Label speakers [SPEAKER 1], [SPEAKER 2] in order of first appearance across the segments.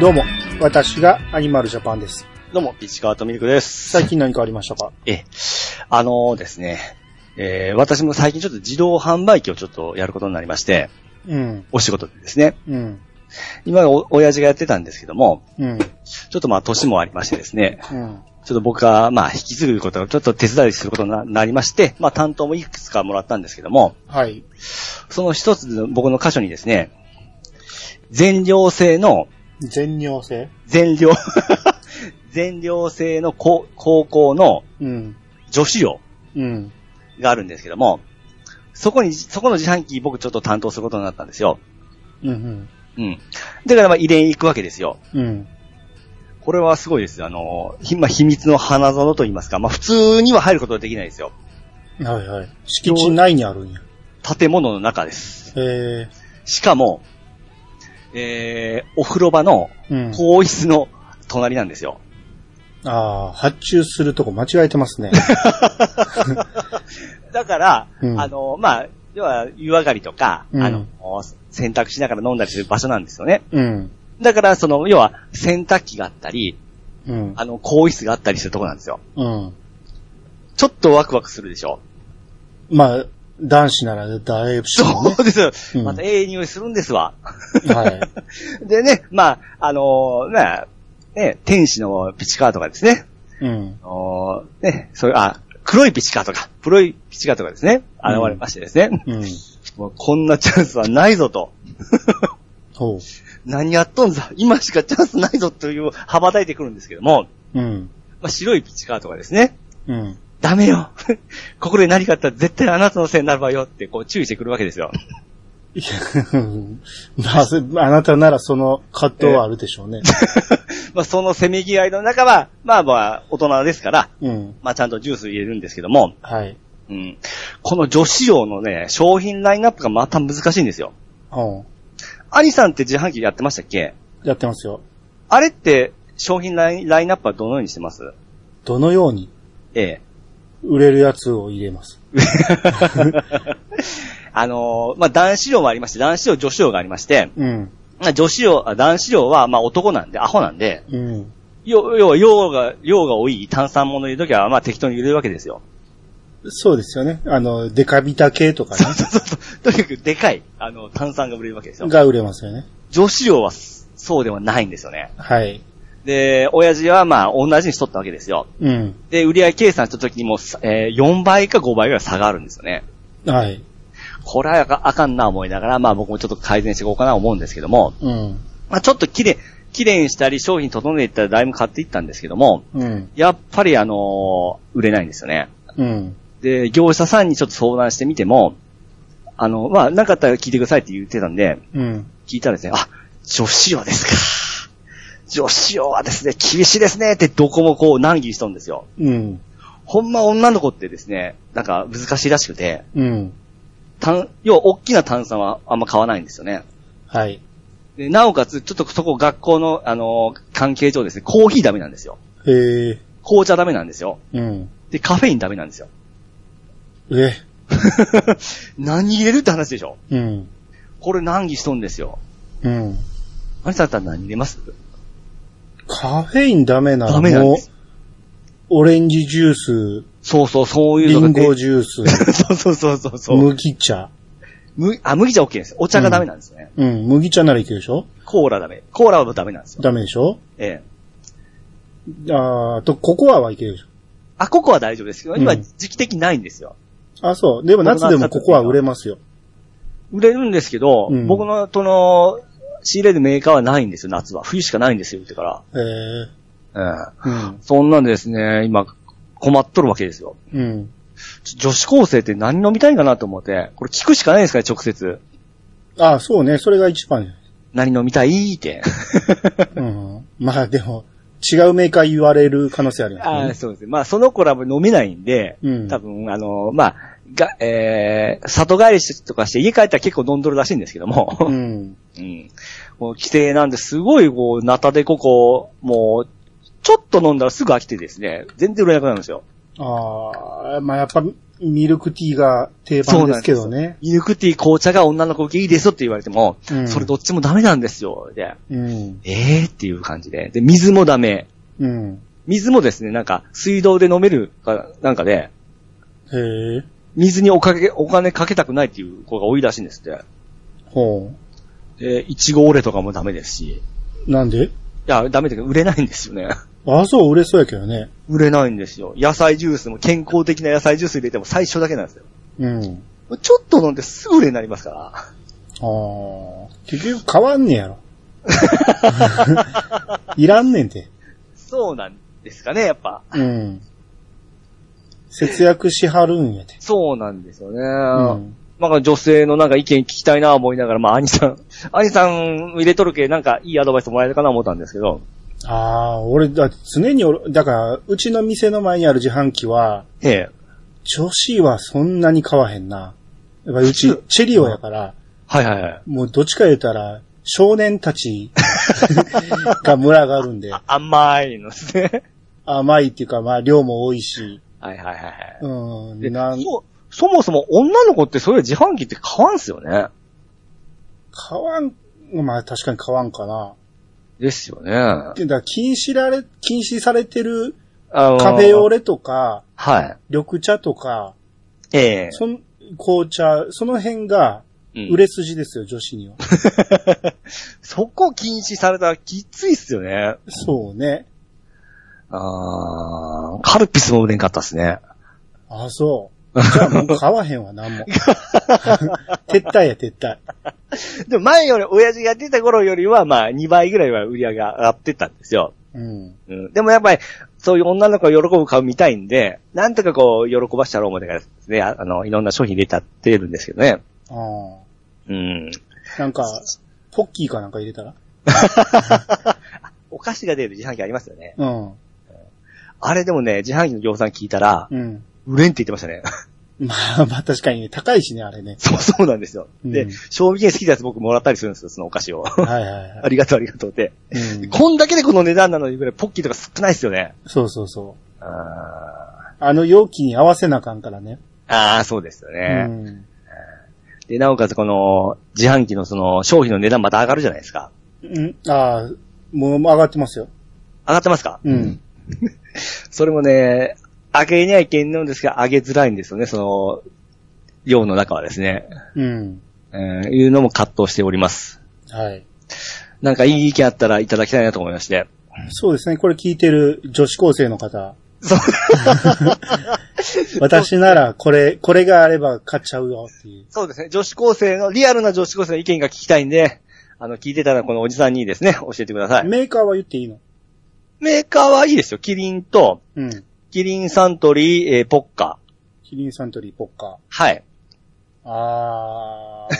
[SPEAKER 1] どうも、私がアニマルジャパンです。
[SPEAKER 2] どうも、ピチカートミルクです。
[SPEAKER 1] 最近何かありましたか
[SPEAKER 2] え、あのーですね、えー私も最近ちょっと自動販売機をちょっとやることになりまして、
[SPEAKER 1] うん、
[SPEAKER 2] お仕事でですね。
[SPEAKER 1] うん、
[SPEAKER 2] 今お、親父がやってたんですけども、
[SPEAKER 1] うん、
[SPEAKER 2] ちょっとまあ、年もありましてですね、
[SPEAKER 1] うん、
[SPEAKER 2] ちょっと僕がまあ、引き継ぐことをちょっと手伝いすることにななりまして、まあ、担当もいくつかもらったんですけども、
[SPEAKER 1] はい。
[SPEAKER 2] その一つの僕の箇所にですね、全寮制の、
[SPEAKER 1] 全尿性
[SPEAKER 2] 全寮、 全寮制の高高校の
[SPEAKER 1] うん、
[SPEAKER 2] 女子寮、
[SPEAKER 1] うん、
[SPEAKER 2] があるんですけども、そこに、そこの自販機僕ちょっと担当することになったんですよ。
[SPEAKER 1] うん、
[SPEAKER 2] うん。だからまあ入れに行くわけですよ。
[SPEAKER 1] うん、うん、
[SPEAKER 2] これはすごいです。あの、ひまあ、秘密の花園と言いますか、まあ普通には入ることはできないですよ。
[SPEAKER 1] はいはい。敷地内にあるんや。
[SPEAKER 2] 建物の中です。
[SPEAKER 1] え
[SPEAKER 2] しかも、えー、お風呂場の
[SPEAKER 1] ー、うん。
[SPEAKER 2] 更衣室の隣なんですよ。
[SPEAKER 1] ああ、発注するとこ間違えてますね。
[SPEAKER 2] だから、
[SPEAKER 1] うん
[SPEAKER 2] あの、まあ、要は湯上がりとか、
[SPEAKER 1] うん
[SPEAKER 2] あの、洗濯しながら飲んだりする場所なんですよね。
[SPEAKER 1] うん、
[SPEAKER 2] だから、その、要は洗濯機があったり、
[SPEAKER 1] うん、
[SPEAKER 2] あの、更衣室があったりするとこなんですよ。
[SPEAKER 1] うん。
[SPEAKER 2] ちょっとワクワクするでしょ。
[SPEAKER 1] まあ、男子ならだいぶしもね
[SPEAKER 2] そ。う です。
[SPEAKER 1] うん
[SPEAKER 2] またええ匂いするんですわ。
[SPEAKER 1] はい。
[SPEAKER 2] でね、まあ、あのーまあ、ね、天使のピチカーとかですね。
[SPEAKER 1] うん、
[SPEAKER 2] あのーね、そういう、あ、黒いピチカーとか、黒いピチカーとかですね、現れましてですね。
[SPEAKER 1] うん。
[SPEAKER 2] もうこんなチャンスはないぞと。
[SPEAKER 1] ほう。
[SPEAKER 2] 何やっとんざ、今しかチャンスないぞという羽ばたいてくるんですけども、
[SPEAKER 1] うん、
[SPEAKER 2] まあ、白いピチカーとかですね。
[SPEAKER 1] うん。
[SPEAKER 2] ダメよ ここで何かあったら絶対あなたのせいになるわよってこう注意してくるわけですよ。
[SPEAKER 1] いやまあ、せあなたならその葛藤はあるでしょうね。
[SPEAKER 2] まあ、そのせめぎ合いの中は、まあまあ、大人ですから、
[SPEAKER 1] うん。
[SPEAKER 2] まあ、ちゃんとジュース入れるんですけども、
[SPEAKER 1] はい。
[SPEAKER 2] うん。この女子用のね、商品ラインナップがまた難しいんですよ。
[SPEAKER 1] うん。
[SPEAKER 2] アニさんって自販機やってましたっけ
[SPEAKER 1] やってますよ。
[SPEAKER 2] あれって、商品ラインラインナップはどのようにしてます
[SPEAKER 1] どのように
[SPEAKER 2] ええ。
[SPEAKER 1] 売れるやつを入れます。
[SPEAKER 2] あのーまあ、男子用もありまして、男子用、女子用がありまして、
[SPEAKER 1] うん。
[SPEAKER 2] まあ女子用、あ男子用は、まあ、男なんで、アホなんで、
[SPEAKER 1] うん。
[SPEAKER 2] 要要は、量が、量が多い炭酸物のいるときは、まあ、適当に入れるわけですよ。
[SPEAKER 1] そうですよね。あの、デカビタ系とか
[SPEAKER 2] そう
[SPEAKER 1] ね。
[SPEAKER 2] そうそうそう。とにかく、でかい、あの、炭酸が売れるわけですよ。
[SPEAKER 1] が売れますよね。
[SPEAKER 2] 女子寮はそうではないんですよね。
[SPEAKER 1] はい。
[SPEAKER 2] で、親父はまあ同じにしとったわけですよ。
[SPEAKER 1] うん。
[SPEAKER 2] で、売り上げ計算した時にもう、えー4倍か5倍ぐらい差があるんですよね。
[SPEAKER 1] はい。
[SPEAKER 2] これはあかあかんな思いながら、まあ僕もちょっと改善していこうかな思うんですけども、
[SPEAKER 1] うん。
[SPEAKER 2] まあちょっと綺麗、綺麗にしたり商品整えていったらだいぶ買っていったんですけども、
[SPEAKER 1] うん。
[SPEAKER 2] やっぱりあのー売れないんですよね。
[SPEAKER 1] うん。
[SPEAKER 2] で、業者さんにちょっと相談してみても、あの、まあなかったら聞いてくださいって言ってたんで、
[SPEAKER 1] うん。
[SPEAKER 2] 聞いたらですね、あ、女子用ですか。女子用はですね、厳しいですねってどこもこう難儀しとんですよ。
[SPEAKER 1] うん。
[SPEAKER 2] ほんま女の子ってですね、なんか難しいらしくて、
[SPEAKER 1] うん。
[SPEAKER 2] 炭要は大きな炭酸はあんま買わないんですよね。
[SPEAKER 1] はい。
[SPEAKER 2] でなおかつ、ちょっとそこ学校の、あのー関係上ですね、コーヒーダメなんですよ。
[SPEAKER 1] へえ。
[SPEAKER 2] 紅茶ダメなんですよ。
[SPEAKER 1] うん。
[SPEAKER 2] で、カフェインダメなんですよ。
[SPEAKER 1] え。
[SPEAKER 2] 何入れるって話でしょ
[SPEAKER 1] うん。
[SPEAKER 2] これ難儀しとんですよ。
[SPEAKER 1] うん。
[SPEAKER 2] 何さんだったら何入れます
[SPEAKER 1] カフェインダメな
[SPEAKER 2] ダ
[SPEAKER 1] ら
[SPEAKER 2] メなん
[SPEAKER 1] もう
[SPEAKER 2] で、す。
[SPEAKER 1] オレンジジュース、
[SPEAKER 2] そうそう、そういう
[SPEAKER 1] リ
[SPEAKER 2] の
[SPEAKER 1] ン
[SPEAKER 2] で
[SPEAKER 1] ゴジュース、
[SPEAKER 2] そうそうそうそうそう。
[SPEAKER 1] 麦茶。
[SPEAKER 2] む、あ、麦茶 OK です。お茶がダメなんですね。
[SPEAKER 1] うん。麦茶ならいけるでしょ
[SPEAKER 2] コーラダメ。コーラはダメなんですよ。
[SPEAKER 1] ダメでしょ
[SPEAKER 2] ええ。
[SPEAKER 1] あーあと、ココアはいけるでしょ
[SPEAKER 2] あ、ココは大丈夫ですけど、今
[SPEAKER 1] うん
[SPEAKER 2] 時期的にないんですよ。
[SPEAKER 1] あ、そう。でも夏でもココア売れますよ。
[SPEAKER 2] 売れるんですけど、
[SPEAKER 1] うん
[SPEAKER 2] 僕の、その、仕入れるメーカーはないんですよ、夏は。冬しかないんですよ、言ってか
[SPEAKER 1] ええ。
[SPEAKER 2] ら。ええ。
[SPEAKER 1] うん。
[SPEAKER 2] そんなんでですね、今、困っとるわけですよ。
[SPEAKER 1] うん。
[SPEAKER 2] ちょ女子高生って何飲みたいかなと思って、これ聞くしかないですから、直接。
[SPEAKER 1] あそうね。それが一番じゃない。
[SPEAKER 2] 何飲みた いって。
[SPEAKER 1] うん。 まあでも、違うメーカー言われる可能性あり
[SPEAKER 2] あ
[SPEAKER 1] ま
[SPEAKER 2] ー
[SPEAKER 1] す
[SPEAKER 2] そうですね。まあ、その子らも飲めないんで、
[SPEAKER 1] うん
[SPEAKER 2] 多分、あの、まあ、が、えー、里帰りとかして家帰ったら結構飲んどるらしいんですけども、
[SPEAKER 1] ね。うん。
[SPEAKER 2] うん。もう規定なんで、すごい、こう、ナタデココ、もう、ちょっと飲んだらすぐ飽きてですね、全然売れなくなるんですよ。
[SPEAKER 1] ああ、まあやっぱ、ミルクティーが定番ですけどね。
[SPEAKER 2] ミルクティー、紅茶が女の子受けいいですよって言われても、
[SPEAKER 1] うん
[SPEAKER 2] それどっちもダメなんですよ。で、
[SPEAKER 1] うん。
[SPEAKER 2] えーっていう感じで。で、水もダメ。
[SPEAKER 1] うん。
[SPEAKER 2] 水もですね、なんか、水道で飲めるか、なんかで、
[SPEAKER 1] へえ。
[SPEAKER 2] 水におかけ、お金かけたくないっていう子が多いらしいんですって。
[SPEAKER 1] ほ。
[SPEAKER 2] で、いちごオレとかもダメですし。いう
[SPEAKER 1] なんで
[SPEAKER 2] や、ダメだけど、売れないんですよね。
[SPEAKER 1] あ、そう、売れそうやけどね。
[SPEAKER 2] 売れないんですよ。野菜ジュースも健康的な野菜ジュース入れても最初だけなんですよ。
[SPEAKER 1] うん。
[SPEAKER 2] ちょっと飲んですぐ売れになりますから。
[SPEAKER 1] ああ。結局変わんねや ろ。 いらんねんて。
[SPEAKER 2] そうなんですかね、やっぱ。
[SPEAKER 1] うん。節約しはるんやて。
[SPEAKER 2] そうなんですよね。
[SPEAKER 1] うん。
[SPEAKER 2] まあ女性のなんか意見聞きたいな思いながら、まあ兄さん、 兄さん入れとるけなんかいいアドバイスもらえるかな思ったんですけど。
[SPEAKER 1] ああ、俺、だって常に俺、だから、うちの店の前にある自販機は、
[SPEAKER 2] ええ。
[SPEAKER 1] 女子はそんなに買わへんな。やっぱりうち、チェリオやから、
[SPEAKER 2] はいはいはい。
[SPEAKER 1] もうどっちか言うたら、少年たちが群がるんで、
[SPEAKER 2] 甘いのですね。
[SPEAKER 1] 甘いっていうか、まあ量も多いし、
[SPEAKER 2] はいはいはいはい。
[SPEAKER 1] うん、
[SPEAKER 2] で
[SPEAKER 1] なん、
[SPEAKER 2] そそもそも女の子ってそういう自販機って買わんすよね。
[SPEAKER 1] 買わん、まあ確かに買わんかな。
[SPEAKER 2] ですよね。
[SPEAKER 1] でだから禁止られ、禁止されてるカ
[SPEAKER 2] カ
[SPEAKER 1] フェオ。レとか、
[SPEAKER 2] はい。
[SPEAKER 1] 緑茶とか、
[SPEAKER 2] ええ。
[SPEAKER 1] そん、紅茶、その辺が
[SPEAKER 2] うん
[SPEAKER 1] 売れ筋ですよ、女子には。
[SPEAKER 2] そこ禁止されたらきついっすよね。
[SPEAKER 1] そうね。
[SPEAKER 2] あーカルピスも売れんかったっすね。
[SPEAKER 1] あ、そう。じゃあもう買わへんわ、なん も。撤退や、撤退。
[SPEAKER 2] でも前より、親父がやってた頃よりは、まあ2倍ぐらいは売り上げが上がってったんですよ。
[SPEAKER 1] うん。
[SPEAKER 2] うん。でもやっぱり、そういう女の子が喜ぶ顔見たいんで、なんとかこう、喜ばしたろう思ってからですね、ああの、いろんな商品入れたってるんですけどね。
[SPEAKER 1] あ
[SPEAKER 2] うん。
[SPEAKER 1] あ。なんか、ポッキーかなんか入れたら
[SPEAKER 2] お菓子が出る自販機ありますよね。
[SPEAKER 1] うん。
[SPEAKER 2] あれでもね、自販機の業さん聞いたら、
[SPEAKER 1] うん。
[SPEAKER 2] 売れんって言ってましたね。
[SPEAKER 1] まあ、まあ確かにね、高いしね、あれね。
[SPEAKER 2] そう、そうなんですよ。
[SPEAKER 1] う
[SPEAKER 2] で
[SPEAKER 1] ん、
[SPEAKER 2] 賞味期限好きなやつ僕もらったりするんですよ、そのお菓子を。
[SPEAKER 1] はいはい
[SPEAKER 2] あ
[SPEAKER 1] は
[SPEAKER 2] りがとう、ありがとうって。
[SPEAKER 1] い。うん、
[SPEAKER 2] こんだけでこの値段なのにぐらいポッキーとか少ないですよね。
[SPEAKER 1] そうそうそう。
[SPEAKER 2] あ
[SPEAKER 1] あの容器に合わせなあかんからね。
[SPEAKER 2] あー、そうですよ
[SPEAKER 1] う
[SPEAKER 2] ね。
[SPEAKER 1] ん。
[SPEAKER 2] で、なおかつこの、自販機のその、商品の値段また上がるじゃないですか。
[SPEAKER 1] うん、ああ、もう上がってますよ。
[SPEAKER 2] 上がってますか
[SPEAKER 1] うん。
[SPEAKER 2] それもね、上げにはいけんのですが、上げづらいんですよね、その、量の中はですね。
[SPEAKER 1] うん。
[SPEAKER 2] うん、いうのも葛藤しております。
[SPEAKER 1] はい。
[SPEAKER 2] なんかいい意見あったらいただきたいなと思いまして。
[SPEAKER 1] そうですね、これ聞いてる女子高生の方。
[SPEAKER 2] そう。
[SPEAKER 1] 私なら、これ、これがあれば買っちゃうよっていう。
[SPEAKER 2] そうですね。女子高生の、リアルな女子高生の意見が聞きたいんで、あの、聞いてたらこのおじさんにですね、教えてください。
[SPEAKER 1] メーカーは言っていいの
[SPEAKER 2] メーカーはいいですよ。キリンと、
[SPEAKER 1] うん。
[SPEAKER 2] キリンサントリー、えーポッカ。
[SPEAKER 1] キリンサントリーポッカ
[SPEAKER 2] はい。
[SPEAKER 1] ー。あ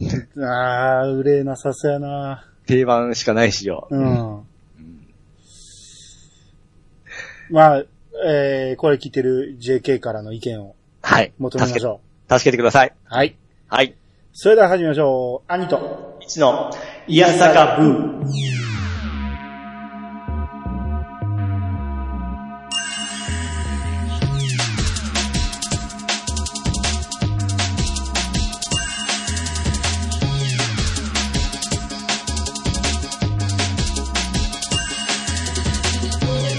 [SPEAKER 1] ー。あー、売れなさそうやな
[SPEAKER 2] 定番しかないしよ。
[SPEAKER 1] うん。まあ、えー、これ聞いてる JK からの意見を
[SPEAKER 2] はい。
[SPEAKER 1] 求めましょ
[SPEAKER 2] 助け、助けてください。
[SPEAKER 1] う。はい。
[SPEAKER 2] はい。
[SPEAKER 1] それでは始めましょう。兄と。
[SPEAKER 2] 一の、いやさかブー。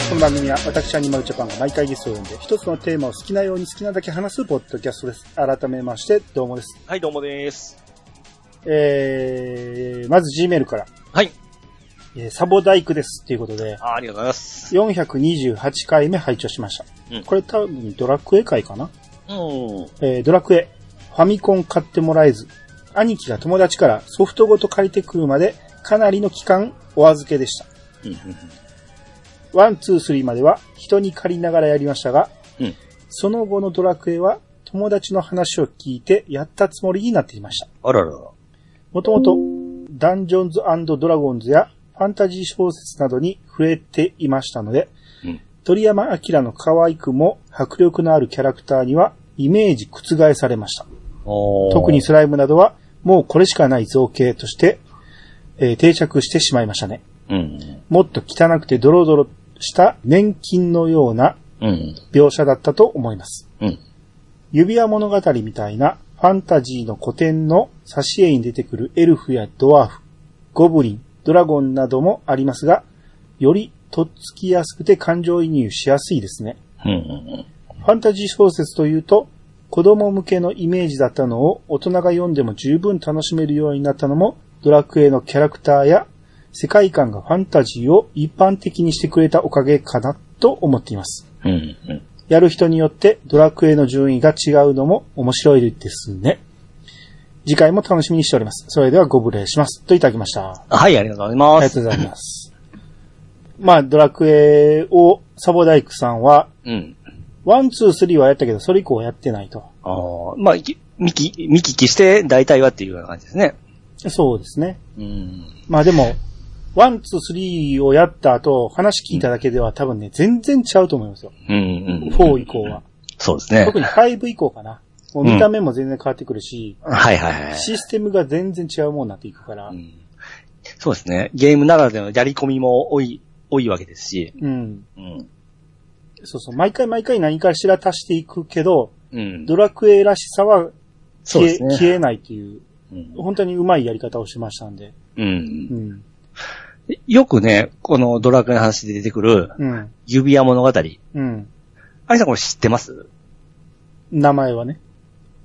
[SPEAKER 1] この番組は私アニマルジャパンが毎回ゲストを呼んで一つのテーマを好きなように好きなだけ話すポッドキャストです。改めまして、どうもです。
[SPEAKER 2] はい、どうもです。
[SPEAKER 1] えー、まず Gmail から、
[SPEAKER 2] はい。
[SPEAKER 1] えーサボ大工ですっていうことで、
[SPEAKER 2] あありがとうございます。
[SPEAKER 1] 428回目拝聴しました。
[SPEAKER 2] うん
[SPEAKER 1] これ多分ドラクエ回かな
[SPEAKER 2] うん。
[SPEAKER 1] えードラクエ、ファミコン買ってもらえず、兄貴が友達からソフトごと借りてくるまで、かなりの期間お預けでした。ワン、ツー、スリーまでは人に借りながらやりましたが、
[SPEAKER 2] うん
[SPEAKER 1] その後のドラクエは友達の話を聞いてやったつもりになっていました。
[SPEAKER 2] あららら。
[SPEAKER 1] もともと、ダンジョンズドラゴンズやファンタジー小説などに触れていましたので、
[SPEAKER 2] うん
[SPEAKER 1] 鳥山明の可愛くも迫力のあるキャラクターにはイメージ覆されました。特にスライムなどはもうこれしかない造形として、えー定着してしまいましたね。
[SPEAKER 2] うん。
[SPEAKER 1] もっと汚くてドロドロした年金のような
[SPEAKER 2] うん。
[SPEAKER 1] 描写だったと思います。
[SPEAKER 2] うん。
[SPEAKER 1] 指輪物語みたいなファンタジーの古典の挿絵に出てくるエルフやドワーフ、ゴブリン、ドラゴンなどもありますが、よりとっつきやすくて感情移入しやすいですね。
[SPEAKER 2] うんうん
[SPEAKER 1] ファンタジー小説というと、子供向けのイメージだったのを大人が読んでも十分楽しめるようになったのも、ドラクエのキャラクターや世界観がファンタジーを一般的にしてくれたおかげかなと思っています。
[SPEAKER 2] うん。うんうん。
[SPEAKER 1] やる人によってドラクエの順位が違うのも面白いですね。次回も楽しみにしております。それではご無礼します。といただきました。
[SPEAKER 2] はい、ありがとうござ
[SPEAKER 1] あ
[SPEAKER 2] いま
[SPEAKER 1] りが
[SPEAKER 2] す。
[SPEAKER 1] とうございます。まあ、ドラクエをサボダイクさんは、
[SPEAKER 2] うん。
[SPEAKER 1] ワン、ツー、スリーはやったけど、それ以降はやってないと。
[SPEAKER 2] ああ、まあ、いき見聞き、見聞きして、大体はっていうような感じですね。
[SPEAKER 1] そうですね。
[SPEAKER 2] うん。
[SPEAKER 1] まあでも、ワン、ツー、スリーをやった後、話聞いただけでは多分ね、全然ちゃうと思いますよ。
[SPEAKER 2] うんうん。
[SPEAKER 1] 4以降は。
[SPEAKER 2] そうですね。
[SPEAKER 1] 特に5以降かな。もう見た目も全然変わってくるし、
[SPEAKER 2] はいはいはい。
[SPEAKER 1] システムが全然違うもんになっていくから
[SPEAKER 2] う。んそうですね。ゲームならではのやり込みも多い、多いわけですし。
[SPEAKER 1] うん。
[SPEAKER 2] うん。
[SPEAKER 1] そうそう。毎回毎回何かしら足していくけど、
[SPEAKER 2] うん。
[SPEAKER 1] ドラクエらしさは
[SPEAKER 2] そう
[SPEAKER 1] 消
[SPEAKER 2] で
[SPEAKER 1] え,、
[SPEAKER 2] すね。
[SPEAKER 1] 消えないという、
[SPEAKER 2] うん
[SPEAKER 1] 本当にうまいやり方をしてましたんで。
[SPEAKER 2] うん
[SPEAKER 1] う。ん。
[SPEAKER 2] よくね、このドラクエの話で出てくる、
[SPEAKER 1] うん。
[SPEAKER 2] 指輪物語。あい
[SPEAKER 1] うん。
[SPEAKER 2] さんこれ知ってます
[SPEAKER 1] 名前はね。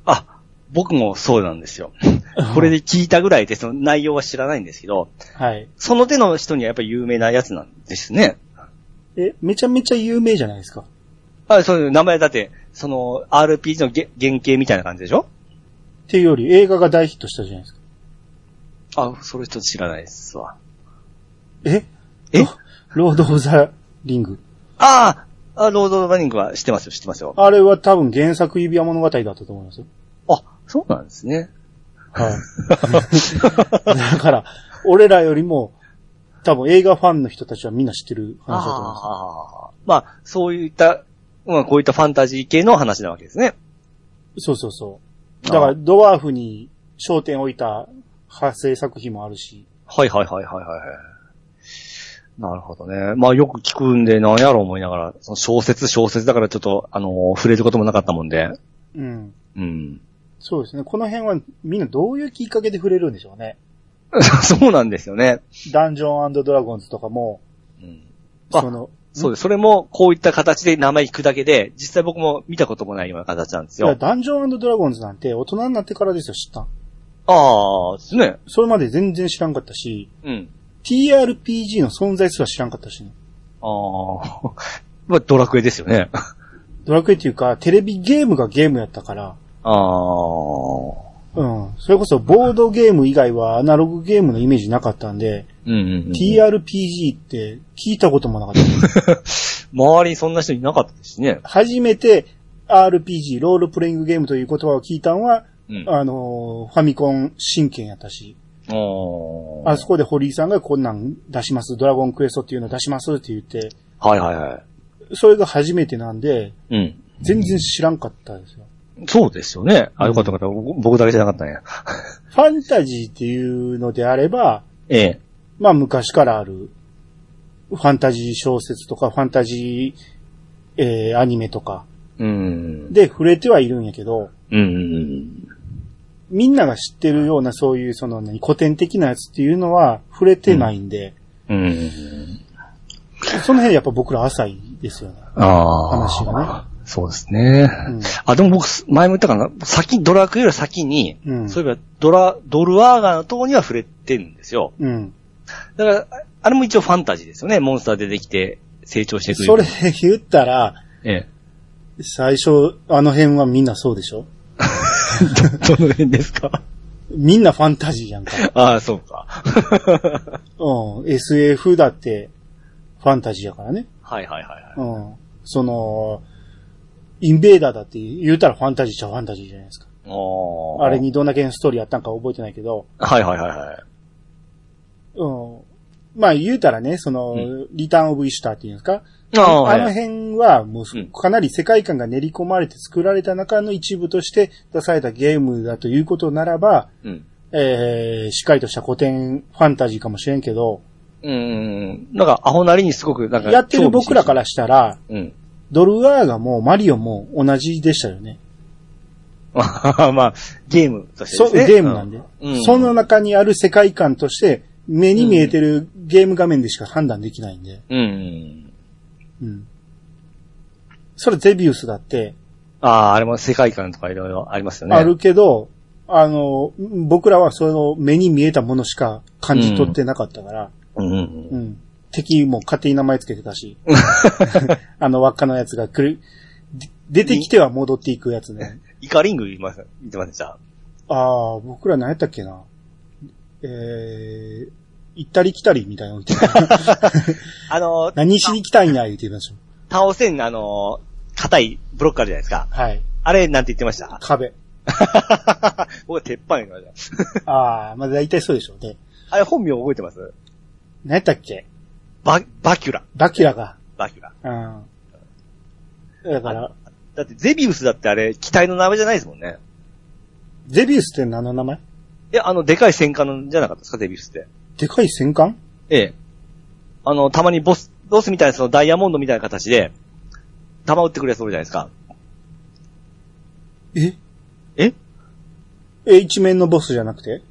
[SPEAKER 2] あ、僕もそうなんですよ。 これで聞いたぐらいで、その内容は知らないんですけど、
[SPEAKER 1] はい。
[SPEAKER 2] その手の人にはやっぱり有名なやつなんですね。
[SPEAKER 1] え、めちゃめちゃ有名じゃないですか。
[SPEAKER 2] あ、そういう名前だって、その RPG のげ原型みたいな感じでしょ
[SPEAKER 1] っていうより映画が大ヒットしたじゃないですか。
[SPEAKER 2] あ、それちょっと知らないですわ。
[SPEAKER 1] え
[SPEAKER 2] え
[SPEAKER 1] ロード・オブ・ザ・リング。
[SPEAKER 2] あーあ、ロード・オブ・ザリングは知ってますよ、知ってますよ。
[SPEAKER 1] あれは多分原作指輪物語だったと思いますよ。
[SPEAKER 2] あ、そうなんです ね。
[SPEAKER 1] はい。だから、俺らよりも、多分映画ファンの人たちはみんな知ってる話だと思います。
[SPEAKER 2] ああ。まあ、そういった、まあ、こういったファンタジー系の話なわけですね。
[SPEAKER 1] そうそうそう。
[SPEAKER 2] あー
[SPEAKER 1] だから、ドワーフに焦点を置いた派生作品もあるし、
[SPEAKER 2] はいはいはいはいはい。なるほどね。まあよく聞くんで、なんやろ思いながら、その小説小説だからちょっと、あのー触れることもなかったもんで。
[SPEAKER 1] うん。
[SPEAKER 2] うん。
[SPEAKER 1] そうですね。この辺はみんなどういうきっかけで触れるんでしょうね。
[SPEAKER 2] そうなんですよね。
[SPEAKER 1] ダンジョンドラゴンズとかも、
[SPEAKER 2] うん、あ
[SPEAKER 1] その、
[SPEAKER 2] そうです。それも、こういった形で名前聞くだけで、実際僕も見たこともないような形なんです
[SPEAKER 1] いや
[SPEAKER 2] よ。
[SPEAKER 1] ダンジョンドラゴンズなんて大人になってからですよ、知ったん。
[SPEAKER 2] ああ、ですね。
[SPEAKER 1] それまで全然知らんかったし、
[SPEAKER 2] うん。
[SPEAKER 1] TRPG の存在すら知らんかったしね、
[SPEAKER 2] ああ。 まあ、ドラクエですよね。
[SPEAKER 1] ドラクエっていうか、テレビゲームがゲームやったから、
[SPEAKER 2] ああ。
[SPEAKER 1] うん。それこそボードゲーム以外はアナログゲームのイメージなかったんで、
[SPEAKER 2] うんうんうん
[SPEAKER 1] TRPG って聞いたこともなかった。
[SPEAKER 2] 周りにそんな人いなかったですしね。
[SPEAKER 1] 初めて RPG、ロールプレイングゲームという言葉を聞いたのは、
[SPEAKER 2] うん。
[SPEAKER 1] あのーファミコン神剣やったし、
[SPEAKER 2] あ
[SPEAKER 1] あそこで堀井さんがこんなん出します、ドラゴンクエストっていうの出しますって言って、
[SPEAKER 2] はいはいは
[SPEAKER 1] それが初めてなんで、
[SPEAKER 2] い。うん。
[SPEAKER 1] 全然知らんかったですよ。
[SPEAKER 2] そうですよね。あ、よかったよかった。僕僕だけじゃなかったね。
[SPEAKER 1] ファンタジーっていうのであれば、
[SPEAKER 2] ええ。
[SPEAKER 1] まあ昔からある、ファンタジー小説とか、ファンタジー、えー、アニメとか、
[SPEAKER 2] うん。
[SPEAKER 1] で触れてはいるんやけど、
[SPEAKER 2] うんうん。
[SPEAKER 1] みんなが知ってるようなそういうその、ね、古典的なやつっていうのは触れてないんで、
[SPEAKER 2] うん。
[SPEAKER 1] その辺やっぱ僕ら浅いですよね。
[SPEAKER 2] ああ。
[SPEAKER 1] 話が
[SPEAKER 2] ね。そうですね。
[SPEAKER 1] うん
[SPEAKER 2] あ、でも僕、前も言ったかな。先、ドラクエより先に、
[SPEAKER 1] うん。
[SPEAKER 2] そういえば、ドラ、ドルワーガーの塔には触れてるんですよ。
[SPEAKER 1] うん。
[SPEAKER 2] だから、ああれも一応ファンタジーですよね。モンスター出てきて、成長していくる。
[SPEAKER 1] それ言ったら、
[SPEAKER 2] ええ。
[SPEAKER 1] 最初、あの辺はみんなそうでしょ
[SPEAKER 2] ど、どの辺ですか
[SPEAKER 1] みんなファンタジーや んか。
[SPEAKER 2] ああ、そう か。
[SPEAKER 1] うん。SF だって、ファンタジーやからね。
[SPEAKER 2] はいはいはいはい。
[SPEAKER 1] うん。その、インベーダーだって言うたらファンタジーちゃファンタジーじゃないですか。
[SPEAKER 2] ああ
[SPEAKER 1] あれ。にどんだけのストーリーやったんか覚えてないけど、
[SPEAKER 2] はいはいはいはい。
[SPEAKER 1] うん。まあ言うたらね、その、
[SPEAKER 2] う
[SPEAKER 1] リターンオブイシュターっていうんですか
[SPEAKER 2] ああ、
[SPEAKER 1] あの
[SPEAKER 2] はい。
[SPEAKER 1] 辺はもうす
[SPEAKER 2] うん
[SPEAKER 1] かなり世界観が練り込まれて作られた中の一部として出されたゲームだということならば、
[SPEAKER 2] うん。
[SPEAKER 1] えー、しっかりとした古典ファンタジーかもしれんけど、
[SPEAKER 2] うん。なんか、アホなりにすごく、なんか、
[SPEAKER 1] やってる僕らからしたら、
[SPEAKER 2] 興味津々。うん。
[SPEAKER 1] ドルアーがもうマリオも同じでしたよね。
[SPEAKER 2] まあ、まあ、ゲームとして
[SPEAKER 1] そ
[SPEAKER 2] で
[SPEAKER 1] う、
[SPEAKER 2] すね。
[SPEAKER 1] ゲームなんで、
[SPEAKER 2] うん
[SPEAKER 1] その中にある世界観として、目に見えてるゲーム画面でしか判断できないんで。
[SPEAKER 2] うん。うん。
[SPEAKER 1] うん。それゼビウスだって、
[SPEAKER 2] ああ、あれも世界観とかいろいろありますよね。
[SPEAKER 1] あるけど、あの、僕らはその目に見えたものしか感じ取ってなかったから、
[SPEAKER 2] うんうんう。
[SPEAKER 1] うん ん。敵も勝手に名前つけてたし、あの輪っかのやつが来る、で出てきては戻っていくやつね。
[SPEAKER 2] イカリング言います、言ってませんでした。
[SPEAKER 1] ああ、僕ら何やったっけな。えー、行ったり来たりみたいなの 言ってた
[SPEAKER 2] あの、
[SPEAKER 1] 何しに来たいんや言ってみましょう。
[SPEAKER 2] 倒せん、あの、硬いブロックあるじゃないですか。
[SPEAKER 1] はい。
[SPEAKER 2] あれ、なんて言ってました
[SPEAKER 1] 壁。
[SPEAKER 2] 僕は鉄板言いました。
[SPEAKER 1] ああ、まあ大体そうでしょうね。
[SPEAKER 2] あれ、本名覚えてます
[SPEAKER 1] 何やったっけ
[SPEAKER 2] バ、バキュラ。
[SPEAKER 1] バキュラが。
[SPEAKER 2] バキュラ。
[SPEAKER 1] うん。だから、
[SPEAKER 2] だって、ゼビウスだってあれ、機体の名前じゃないですもんね。
[SPEAKER 1] ゼビウスって何の名前
[SPEAKER 2] え、あの、でかい戦艦じゃなかったですか、ゼビウスって。
[SPEAKER 1] でかい戦艦
[SPEAKER 2] ええ。あの、たまにボス、ボスみたいな、そのダイヤモンドみたいな形で、弾撃ってくれそうじゃないですか。
[SPEAKER 1] え
[SPEAKER 2] えい
[SPEAKER 1] え、一面のボスじゃなくて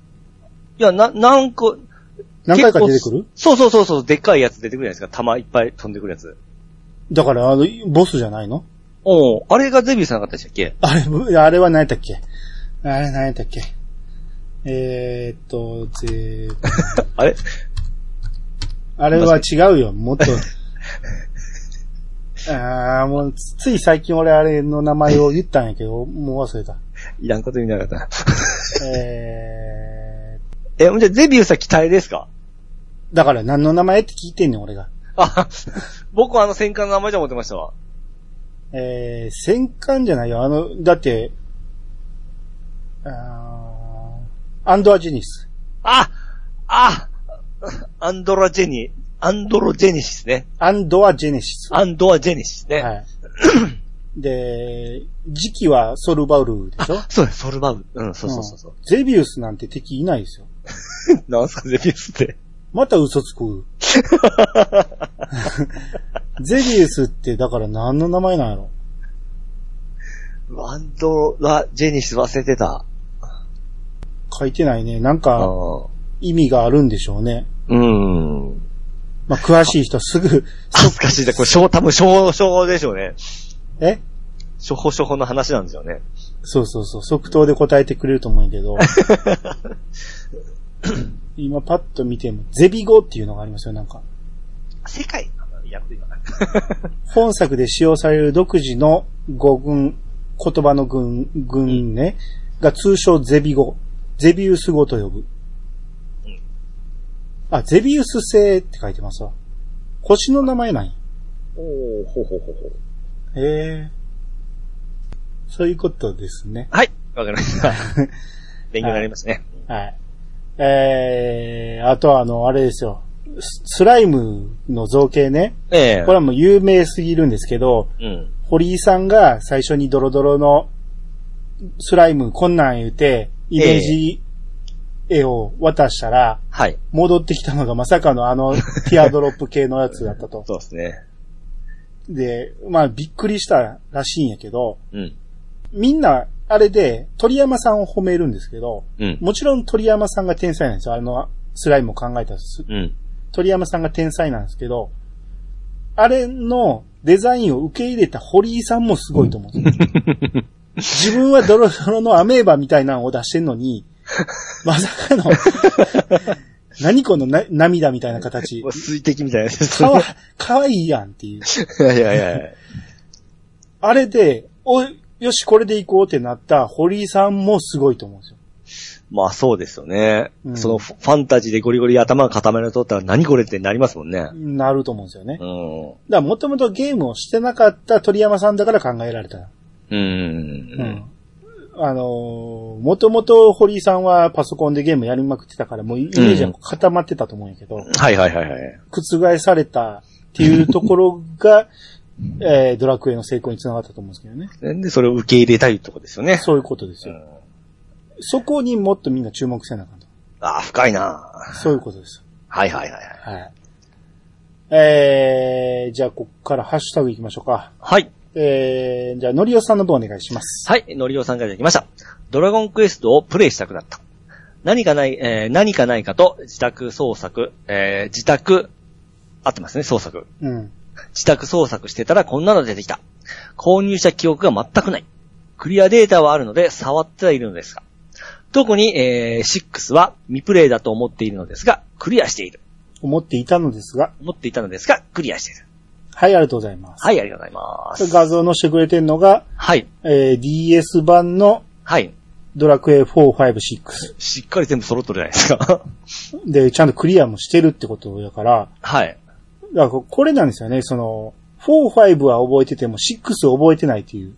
[SPEAKER 2] や、な、何個、
[SPEAKER 1] 何回か出てくる
[SPEAKER 2] 結構そうそうそうそう、でっかいやつ出てくるじゃないですか。弾いっぱい飛んでくるやつ。
[SPEAKER 1] だから、あの、ボスじゃないの
[SPEAKER 2] おおあれがゼビウスなかったでしたっけ
[SPEAKER 1] あれ、あれは何やったっけあれ何やったっけえー、っと、ぜー
[SPEAKER 2] あれ
[SPEAKER 1] あれは違うよ、もっ と。ああ、もう、つつい最近俺あれの名前を言ったんやけど、もう忘れた。
[SPEAKER 2] いらんこと言いなかったな。
[SPEAKER 1] え
[SPEAKER 2] え、ほんじゃ、ゼビウスは機体ですか
[SPEAKER 1] ー、だから何の名前って聞いてんねん、俺が。
[SPEAKER 2] あ、 僕はあの戦艦の名前じゃ思ってましたわ。
[SPEAKER 1] えー、戦艦じゃないよ、あの、だって、あーアンドアジェニス。
[SPEAKER 2] ああアンドラジェニ、アンドロジェネシスね。
[SPEAKER 1] アンドアジェネシス。
[SPEAKER 2] アンドアジェネシスね。
[SPEAKER 1] はい。で、時期はソルバウルでしょ
[SPEAKER 2] そうです、ソルバウ。うん、そうそうそうそう。
[SPEAKER 1] んゼビウスなんて敵いないですよ。
[SPEAKER 2] なんすか、ゼビウスって。
[SPEAKER 1] また嘘つ く。ゼビウスって、だから何の名前なんやろ
[SPEAKER 2] アンドラジェネシス忘れてた。
[SPEAKER 1] 書いてないね。なん
[SPEAKER 2] あ
[SPEAKER 1] か
[SPEAKER 2] ー
[SPEAKER 1] 意味があるんでしょうね。
[SPEAKER 2] うん。
[SPEAKER 1] まあ、詳しい人すぐ、
[SPEAKER 2] 恥ずかしいな。これ、しょう、多分、しょう、しょうでしょうね。
[SPEAKER 1] え
[SPEAKER 2] しょほしょほの話なんですよね。
[SPEAKER 1] そうそうそう、即答で答えてくれると思うんやけど。今パッと見ても、ゼビ語っていうのがありますよ、なんか。
[SPEAKER 2] 世界いやっていいかな。
[SPEAKER 1] 本作で使用される独自の語群、言葉の群、群ね、が通称ゼビ語、ゼビウス語と呼ぶ。
[SPEAKER 2] うん
[SPEAKER 1] あ、ゼビウス星って書いてますわ。星の名前なんや。
[SPEAKER 2] おー、ほうほうほうほう。
[SPEAKER 1] へえ。そういうことですね。
[SPEAKER 2] はい、わかりました。 勉強になりますね。
[SPEAKER 1] はい。えー、あとはあの、あれですよ。ススライムの造形ね。
[SPEAKER 2] ええ
[SPEAKER 1] これはもう有名すぎるんですけど、
[SPEAKER 2] うん。
[SPEAKER 1] 堀井さんが最初にドロドロのスライムこんなん言うて、イメージ絵を渡したら、
[SPEAKER 2] はい。
[SPEAKER 1] 戻ってきたのがまさかのあのティアドロップ系のやつだったと。
[SPEAKER 2] そうですね。
[SPEAKER 1] で、まあびっくりしたらしいんやけど、
[SPEAKER 2] うん。
[SPEAKER 1] みんなあれで鳥山さんを褒めるんですけど、
[SPEAKER 2] うん。
[SPEAKER 1] もちろん鳥山さんが天才なんですよ。あのスライムを考えたす
[SPEAKER 2] うん。
[SPEAKER 1] 鳥山さんが天才なんですけど、あれのデザインを受け入れた堀井さんもすごいと思うんですよ自分はドロドロのアメーバみたいなのを出してんのに、まさかの、何このな涙みたいな形
[SPEAKER 2] もう。水滴みたいなやつです
[SPEAKER 1] か
[SPEAKER 2] ね。
[SPEAKER 1] わ、かわいいやんっていう。
[SPEAKER 2] いやいやいやいや。
[SPEAKER 1] あれで、お、よし、これで行こうってなった堀井さんもすごいと思うんですよ。
[SPEAKER 2] まあそうですよね。
[SPEAKER 1] うん
[SPEAKER 2] そのファンタジーでゴリゴリ頭固められとったら何これってなりますもんね。
[SPEAKER 1] なると思うんですよね。だ
[SPEAKER 2] う
[SPEAKER 1] か
[SPEAKER 2] ん。う
[SPEAKER 1] らもともとゲームをしてなかった鳥山さんだから考えられた。
[SPEAKER 2] ん。
[SPEAKER 1] あのー、もともと堀井さんはパソコンでゲームやりまくってたから、もうイメージは固まってたと思うんやけど、
[SPEAKER 2] はいはいはいはい。
[SPEAKER 1] 覆されたっていうところが、 えードラクエの成功につながったと思うんですけどね。
[SPEAKER 2] で、それを受け入れたいとこですよね。
[SPEAKER 1] そういうことです
[SPEAKER 2] うん
[SPEAKER 1] よ。そこにもっとみんな注目せなあかんと。
[SPEAKER 2] ああ、深いな
[SPEAKER 1] そういうことです。
[SPEAKER 2] はいはいはいはい。
[SPEAKER 1] はい。えー、じゃあ、こっからハッシュタグ行きましょうか。
[SPEAKER 2] はい。
[SPEAKER 1] えー、じゃあ、のりおさんの方お願いします。
[SPEAKER 2] はい、のりおさんからいただきました。ドラゴンクエストをプレイしたくなった。何かない、えー何かないかと、自宅捜索、えー自宅、合ってますね、捜索。
[SPEAKER 1] うん。
[SPEAKER 2] 自宅捜索してたらこんなの出てきた。購入した記憶が全くない。クリアデータはあるので触ってはいるのですが。特に、えー6は未プレイだと思っているのですが、クリアしている。
[SPEAKER 1] 思っていたのですが、
[SPEAKER 2] 思っていたのですが、クリアしている。
[SPEAKER 1] はい、ありがとうございます。
[SPEAKER 2] はい、ありがとうございます。
[SPEAKER 1] 画像載せてくれてるのが、
[SPEAKER 2] はい、
[SPEAKER 1] えー、DS 版の
[SPEAKER 2] はい。
[SPEAKER 1] ドラクエ4、5、6。
[SPEAKER 2] しっかり全部揃っとるじゃないですか。
[SPEAKER 1] で、ちゃんとクリアもしてるってことだから、
[SPEAKER 2] はい。
[SPEAKER 1] だからこれなんですよね、その、4、5は覚えてても6を覚えてないっていう。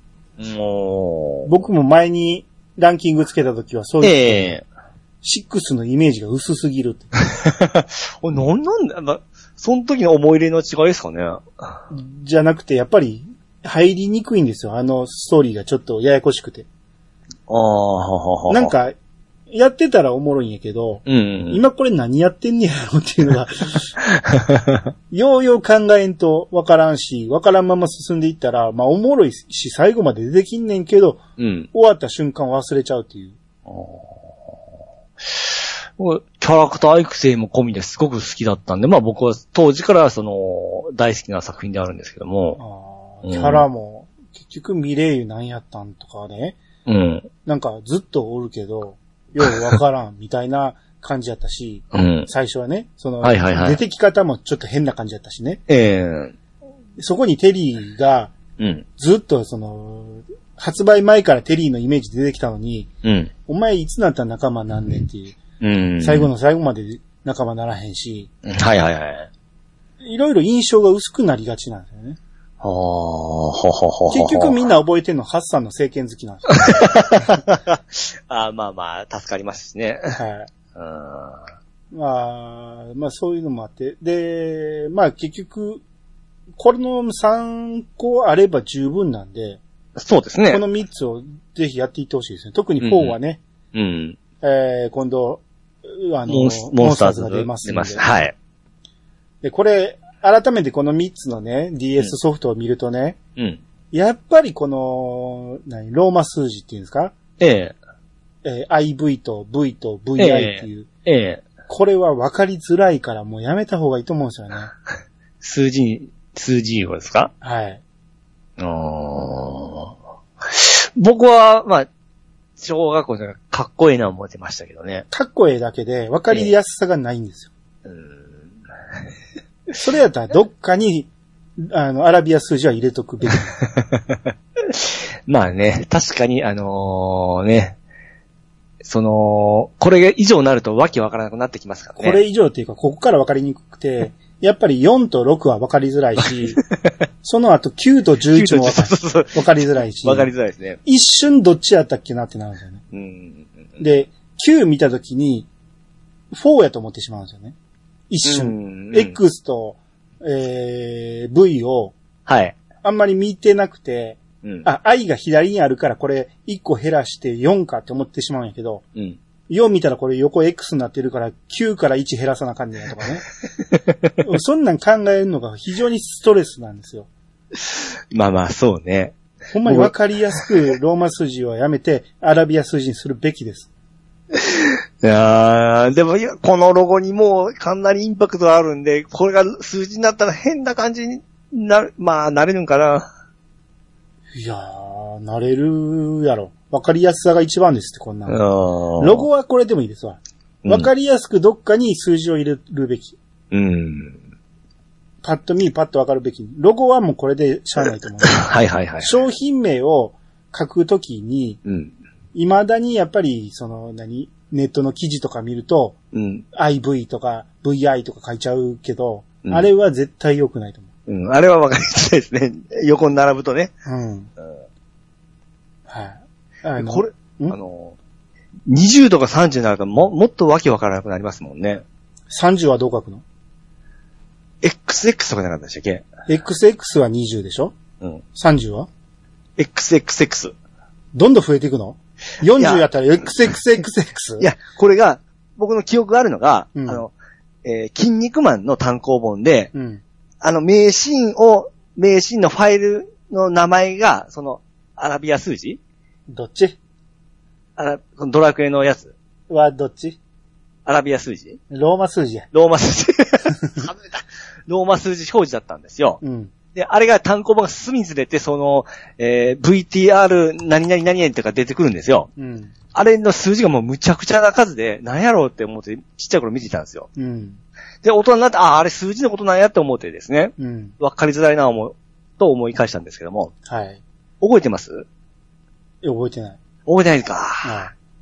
[SPEAKER 2] もう、
[SPEAKER 1] 僕も前にランキングつけた時はそういう、
[SPEAKER 2] え え
[SPEAKER 1] 6のイメージが薄すぎるって。
[SPEAKER 2] これなんなんだ、ま、その時の思い入れの違いですかね。
[SPEAKER 1] じゃなくて、やっぱり入りにくいんですよ、あのストーリーがちょっとややこしくて。
[SPEAKER 2] ああ、ははは。
[SPEAKER 1] なん、か、やってたらおもろいんやけど、
[SPEAKER 2] うんうん。
[SPEAKER 1] 今これ何やってんねやろっていうの が、ようよう考えんとわからんし、わからんまま進んでいったら、まあおもろいし、最後まで出てきんねんけど、
[SPEAKER 2] うん。
[SPEAKER 1] 終わった瞬間忘れちゃうっていう。
[SPEAKER 2] 僕キャラクター育成も込みですごく好きだったんで、まあ僕は当時からその、大好きな作品であるんですけども、
[SPEAKER 1] あー
[SPEAKER 2] うん
[SPEAKER 1] キャラも、結局ミレイユなんやったんとかね、
[SPEAKER 2] うん、
[SPEAKER 1] なんかずっとおるけど、ようわからんみたいな感じやったし、
[SPEAKER 2] うん。
[SPEAKER 1] 最初はね、その、
[SPEAKER 2] はいはいはい
[SPEAKER 1] 出てき方もちょっと変な感じやったしね。
[SPEAKER 2] ええ
[SPEAKER 1] そこにテリーが、
[SPEAKER 2] うん、
[SPEAKER 1] ずっとその、発売前からテリーのイメージ出てきたのに、
[SPEAKER 2] うん、
[SPEAKER 1] お前いつなったら仲間なんねんっていう、
[SPEAKER 2] うん。
[SPEAKER 1] 最後の最後まで仲間ならへんし、
[SPEAKER 2] うん。はいはいはい。
[SPEAKER 1] いろいろ印象が薄くなりがちなんですよね。
[SPEAKER 2] はあ、はははは。
[SPEAKER 1] 結局みんな覚えてんの、ハッサンの聖剣好きなんですよ。
[SPEAKER 2] あーまあまあ、助かりますしね。
[SPEAKER 1] はい。
[SPEAKER 2] うん。は
[SPEAKER 1] まあ、まあそういうのもあって。で、まあ結局、これの3個あれば十分なんで、
[SPEAKER 2] そうですね。
[SPEAKER 1] この3つをぜひやっていってほしいですね。特に4はね、
[SPEAKER 2] うん。
[SPEAKER 1] えー、今度、うあの、
[SPEAKER 2] モンスモンスターズ
[SPEAKER 1] モ
[SPEAKER 2] が
[SPEAKER 1] が出
[SPEAKER 2] 出
[SPEAKER 1] ま
[SPEAKER 2] ます
[SPEAKER 1] ん
[SPEAKER 2] す。出
[SPEAKER 1] で
[SPEAKER 2] ます。はい。
[SPEAKER 1] で、これ、改めてこの3つのね、DS ソフトを見るとね、
[SPEAKER 2] うん。
[SPEAKER 1] やっぱりこの、何、ローマ数字っていうんですか
[SPEAKER 2] ええ
[SPEAKER 1] えー IV と V と VI っていう、
[SPEAKER 2] ええ
[SPEAKER 1] これは分かりづらいからもうやめた方がいいと思うんですよね。
[SPEAKER 2] 数字に、数字をですか
[SPEAKER 1] はい。
[SPEAKER 2] あー僕は、まあ、小学校でかっこいいな思ってましたけどね。
[SPEAKER 1] かっこええだけで分かりやすさがないんですよ。
[SPEAKER 2] うん
[SPEAKER 1] それやったらどっかに、あの、アラビア数字は入れと くべき。
[SPEAKER 2] まあね、確かに、あのーね、その、これ以上になるとわけわからなくなってきますから
[SPEAKER 1] こ
[SPEAKER 2] ね。
[SPEAKER 1] れ以上っていうか、ここから分かりにくく て、やっぱり4と6は分かりづらいし、その後9と11も分か
[SPEAKER 2] そうそうそう
[SPEAKER 1] 分かりづらいし、
[SPEAKER 2] わかりづらいですね。
[SPEAKER 1] 一瞬どっちやったっけなってなるんですよね。
[SPEAKER 2] うん。
[SPEAKER 1] で、9見たときに、4やと思ってしまうんですよね。一瞬。
[SPEAKER 2] うん、
[SPEAKER 1] X と、えー、V を、
[SPEAKER 2] はい。
[SPEAKER 1] あんまり見てなくて、
[SPEAKER 2] うん。
[SPEAKER 1] あ、I が左にあるからこれ1個減らして4かって思ってしまうんやけど、
[SPEAKER 2] うん。
[SPEAKER 1] 4見たらこれ横 X になってるから9から1減らさなあかんねやと かね。そんなん考えるのが非常にストレスなんですよ。
[SPEAKER 2] まあまあ、そうね。
[SPEAKER 1] ほんまにわかりやすくローマ数字はやめてアラビア数字にするべきです。
[SPEAKER 2] いやーでもいや、このロゴにもうかなりインパクトあるんで、これが数字になったら変な感じになる、まあ、なれるんかな。
[SPEAKER 1] いやー、慣れるやろ。わかりやすさが一番ですって、こんなの。ロ
[SPEAKER 2] ロ
[SPEAKER 1] ゴはこれでもいいですわ。
[SPEAKER 2] うん
[SPEAKER 1] わかりやすくどっかに数字を入れるべき。
[SPEAKER 2] うん。
[SPEAKER 1] パッと見、パッとわかるべき。ロゴはもうこれでしゃあないと思います
[SPEAKER 2] はいはいはい。
[SPEAKER 1] 商品名を書くときに、
[SPEAKER 2] うん。
[SPEAKER 1] 未だにやっぱり、その、何ネットの記事とか見ると、
[SPEAKER 2] うん。
[SPEAKER 1] IV とか VI とか書いちゃうけど、
[SPEAKER 2] うん
[SPEAKER 1] あれは絶対良くないと思
[SPEAKER 2] うん。あれはわかりづらいですね。 横に並ぶとね。
[SPEAKER 1] う。うん。はい。あの
[SPEAKER 2] これ、
[SPEAKER 1] ん
[SPEAKER 2] あの、20とか30になるとも、もっとわけわからなくなりますもんね。
[SPEAKER 1] 30はどう書くの
[SPEAKER 2] XX とかじゃなかったでしたっけ
[SPEAKER 1] ?XX は20でしょ
[SPEAKER 2] うん。
[SPEAKER 1] ?30 は
[SPEAKER 2] XXX。
[SPEAKER 1] どんどん増えていくの ?40 やったら XXXX?
[SPEAKER 2] いや、これが、僕の記憶があるのが、
[SPEAKER 1] うん
[SPEAKER 2] あの、えー筋肉マンの単行本で、
[SPEAKER 1] うん。
[SPEAKER 2] あの、名シーンを、名シーンのファイルの名前が、その、アラビア数字
[SPEAKER 1] どっち
[SPEAKER 2] あらこのドラクエのやつ。
[SPEAKER 1] はどっち
[SPEAKER 2] アラビア数字
[SPEAKER 1] ローマ数字や。
[SPEAKER 2] ローマ数字。外れた。ローマ数字表示だったんですよ。
[SPEAKER 1] うん。
[SPEAKER 2] で、あれが単行本が進みにつれて、その、えー、VTR 何々何々とか出てくるんですよ。
[SPEAKER 1] うん。
[SPEAKER 2] あれの数字がもうむちゃくちゃな数で、なんやろうって思って、ちっちゃい頃見てたんですよ。
[SPEAKER 1] うん。
[SPEAKER 2] で、大人になって、ああ、あれ数字のことなんやって思ってですね、
[SPEAKER 1] うん。
[SPEAKER 2] わかりづらいな思う、と思い返したんですけども、
[SPEAKER 1] はい。
[SPEAKER 2] 覚えてます
[SPEAKER 1] え覚えてない。
[SPEAKER 2] 覚えてないで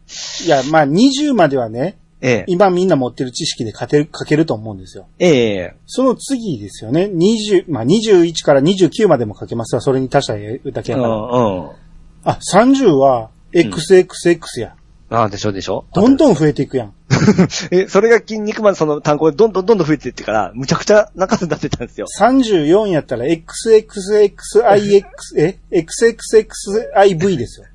[SPEAKER 2] すか。
[SPEAKER 1] いや、まあ、20まではね、
[SPEAKER 2] ええ、
[SPEAKER 1] 今みんな持ってる知識で勝てる、書けると思うんですよ。
[SPEAKER 2] ええ、
[SPEAKER 1] その次ですよね。20、まあ、21から29までも書けますわ。それに足しただけ
[SPEAKER 2] う
[SPEAKER 1] や
[SPEAKER 2] ん、
[SPEAKER 1] から。
[SPEAKER 2] うん。
[SPEAKER 1] あ、30は、XXX や。
[SPEAKER 2] ああ、でしょでしょ
[SPEAKER 1] どんどん増えていくやん。
[SPEAKER 2] え、それが筋肉マンその単行でどんどんどんどん増えていってから、むちゃくちゃな数になってたんですよ。
[SPEAKER 1] 34やったら XXXIX、え ?XXXIV ですよ。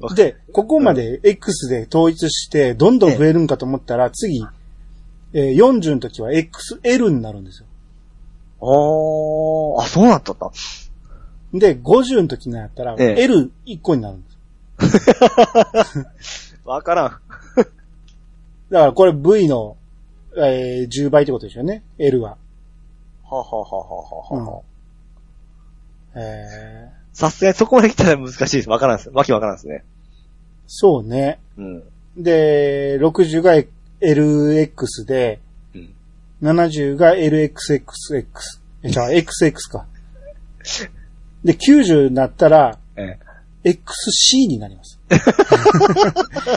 [SPEAKER 2] わか
[SPEAKER 1] で、ここまで X で統一して、どんどん増えるんかと思ったら、次、えー40の時は XL になるんですよ。
[SPEAKER 2] あー、あ、そうなっとった。
[SPEAKER 1] で、50の時になったら、
[SPEAKER 2] ええ
[SPEAKER 1] L1 個になるんですよ。
[SPEAKER 2] わからん。
[SPEAKER 1] だからこれ V の、えー10倍ってことですよね、L は。
[SPEAKER 2] ははははははは。
[SPEAKER 1] えー
[SPEAKER 2] さすがにそこまで来たら難しいです。わからんです。わけわからんですね。
[SPEAKER 1] そうね。
[SPEAKER 2] うん。
[SPEAKER 1] で、60が LX で、
[SPEAKER 2] うん
[SPEAKER 1] 70が LXXX。えじゃあ、XX か。で、90になったら、
[SPEAKER 2] ええ。
[SPEAKER 1] XC になり ます。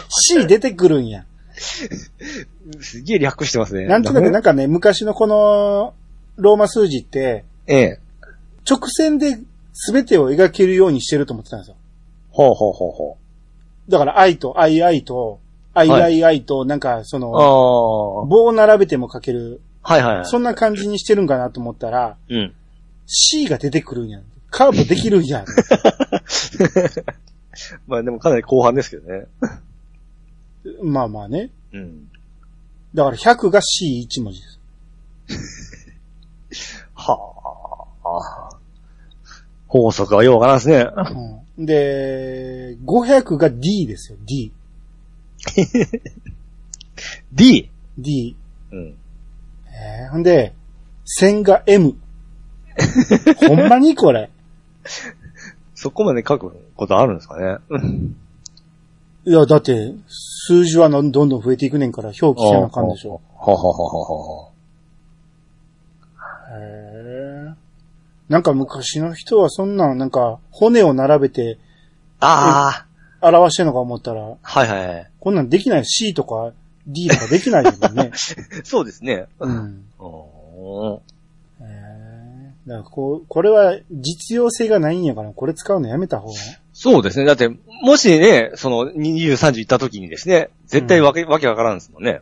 [SPEAKER 1] C 出てくるんや。
[SPEAKER 2] すげえ略してますね。
[SPEAKER 1] なんとなくなん
[SPEAKER 2] か。
[SPEAKER 1] かね、昔のこの、ローマ数字って、
[SPEAKER 2] ええ。
[SPEAKER 1] 直線で全てを描けるようにしてると思ってたんですよ。
[SPEAKER 2] ほうほうほうほ。
[SPEAKER 1] だから、I と II と、III と、なんか、そうの、
[SPEAKER 2] あ
[SPEAKER 1] 棒を並べても描ける、
[SPEAKER 2] あ。はいはいはい。
[SPEAKER 1] そんな感じにしてるんかなと思ったら、
[SPEAKER 2] うん。
[SPEAKER 1] C が出てくるんやん。カーブできるん やん。
[SPEAKER 2] まあでもかなり後半ですけどね。
[SPEAKER 1] まあまあね。
[SPEAKER 2] うん。
[SPEAKER 1] だから100が C1 文字です。
[SPEAKER 2] はあ。法則はようわからんですね。
[SPEAKER 1] うん、で、500が D ですよ。D。
[SPEAKER 2] D。
[SPEAKER 1] D。
[SPEAKER 2] うん。
[SPEAKER 1] えー、ほんで、1000が M。ほんまにこれ。
[SPEAKER 2] そこまで書くことあるんですかね。うん。
[SPEAKER 1] いや、だって、数字はどんどん増えていくねんから表記せなあかんでしょ。
[SPEAKER 2] ははははは。
[SPEAKER 1] へえ。なんか昔の人はそんなん、なんか、骨を並べて
[SPEAKER 2] あ
[SPEAKER 1] 表してんのか思ったら、
[SPEAKER 2] あ。はいはいはい。
[SPEAKER 1] こんなんできない。C とか D とかできないよ ね。
[SPEAKER 2] そうですね。
[SPEAKER 1] うん。
[SPEAKER 2] おー
[SPEAKER 1] へえだからこう、これは実用性がないんやから、これ使うのやめた方が。
[SPEAKER 2] そうですね。だって、もしね、その、20、30行った時にですね、絶対わけ、わけわからんですもんね。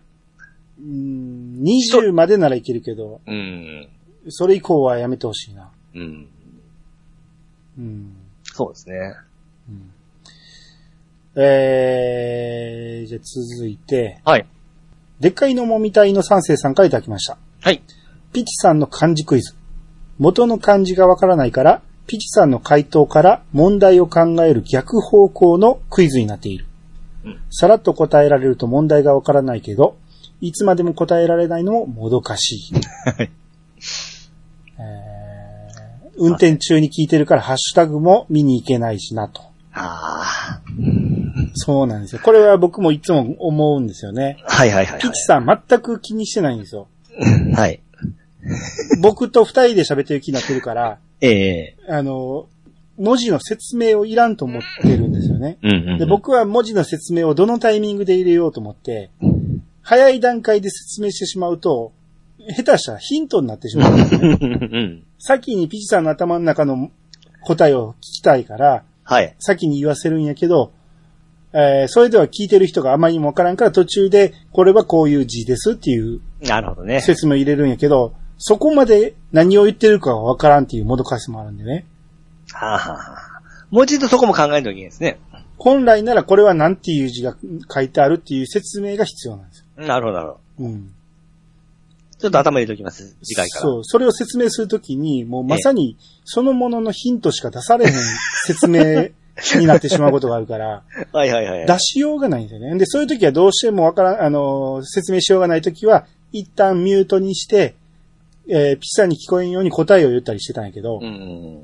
[SPEAKER 1] うん、20までならいけるけど、
[SPEAKER 2] うん。
[SPEAKER 1] それ以降はやめてほしいな。
[SPEAKER 2] うん。
[SPEAKER 1] うん。
[SPEAKER 2] そうですね。
[SPEAKER 1] うん、えー、じゃあ続いて、
[SPEAKER 2] はい。
[SPEAKER 1] でっかいのもみたいの三世さんからいただきました。
[SPEAKER 2] はい。
[SPEAKER 1] ピチさんの漢字クイズ。元の漢字がわからないから、ピチさんの回答から問題を考える逆方向のクイズになっている。
[SPEAKER 2] うん
[SPEAKER 1] さらっと答えられると問題がわからないけど、いつまでも答えられないのももどかしい。
[SPEAKER 2] はい
[SPEAKER 1] えー運転中に聞いてるからハッシュタグも見に行けないしなと。
[SPEAKER 2] あ
[SPEAKER 1] そうなんですよ。これは僕もいつも思うんですよね。
[SPEAKER 2] あ。はいはいはい、
[SPEAKER 1] ピチさん全く気にしてないんですよ。
[SPEAKER 2] はい。はい。
[SPEAKER 1] 僕と二人で喋ってる気になってるから、
[SPEAKER 2] ええ
[SPEAKER 1] あの、文字の説明をいらんと思ってるんですよね。
[SPEAKER 2] うんうんうん。
[SPEAKER 1] で、僕は文字の説明をどのタイミングで入れようと思って、早い段階で説明してしまうと、下手したらヒントになってしまうんですよ
[SPEAKER 2] う
[SPEAKER 1] ね。
[SPEAKER 2] んうん。
[SPEAKER 1] 先にピチさんの頭の中の答えを聞きたいから、
[SPEAKER 2] はい。
[SPEAKER 1] 先に言わせるんやけど、えーそれでは聞いてる人があまりにもわからんから途中で、これはこういう字ですっていう
[SPEAKER 2] なるほどね。
[SPEAKER 1] 説明入れるんやけど、そこまで何を言ってるかがわからんっていうもどかしさもあるんでね。
[SPEAKER 2] はあ、はあはあ、もう一度そこも考えるといけないですね。
[SPEAKER 1] 本来ならこれは何ていう字が書いてあるっていう説明が必要なんですよ。
[SPEAKER 2] なるほど、なるほど。
[SPEAKER 1] うん。
[SPEAKER 2] ちょっと頭入れておきます。次回から。
[SPEAKER 1] そう、それを説明するときに、もうまさに、そのもののヒントしか出されへん説明になってしまうことがあるから、
[SPEAKER 2] はいはいはい。
[SPEAKER 1] 出しようがないんですよね。で、そういうときはどうしてもわからん、あのー、説明しようがないときは、一旦ミュートにして、えーピッサに聞こえんように答えを言ったりしてたんやけど、
[SPEAKER 2] うんうん。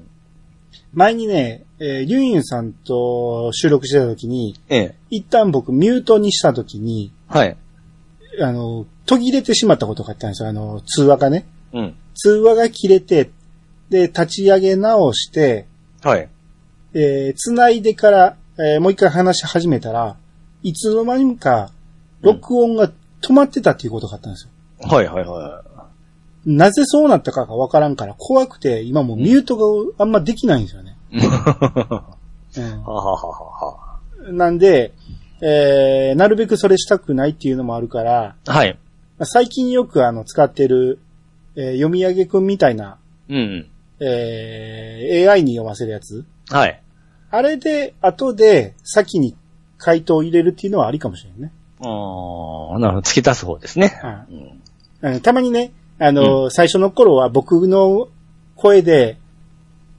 [SPEAKER 1] 前にね、えーリュンユンさんと収録してたときに、
[SPEAKER 2] ええ。
[SPEAKER 1] 一旦僕ミュートにしたときに、
[SPEAKER 2] はい。
[SPEAKER 1] あのー、途切れてしまったことがあったんですよ。あのー、通話がね。
[SPEAKER 2] うん。
[SPEAKER 1] 通話が切れて、で、立ち上げ直して、
[SPEAKER 2] はい。
[SPEAKER 1] えー、繋いでから、えーもう一回話し始めたら、いつの間にか、録音が止まってたっていうことがあったんですよ。
[SPEAKER 2] はいはいは
[SPEAKER 1] なぜそうなったかがわからんから、怖くて、今もうミュートがあんまできないんですよね。
[SPEAKER 2] い。は
[SPEAKER 1] うん
[SPEAKER 2] はははは。
[SPEAKER 1] なんで、えー、なるべくそれしたくないっていうのもあるから、
[SPEAKER 2] はい。
[SPEAKER 1] 最近よくあの、使ってる、えー読み上げくんみたいな、
[SPEAKER 2] うん。
[SPEAKER 1] えー、AI に読ませるやつ。
[SPEAKER 2] はい。
[SPEAKER 1] あれで、後で、先に回答を入れるっていうのはありかもしれないね。
[SPEAKER 2] あー、なるほど。付け足す方ですね。
[SPEAKER 1] は
[SPEAKER 2] うん
[SPEAKER 1] いあのたまにね、あの、最初の頃は僕の声で、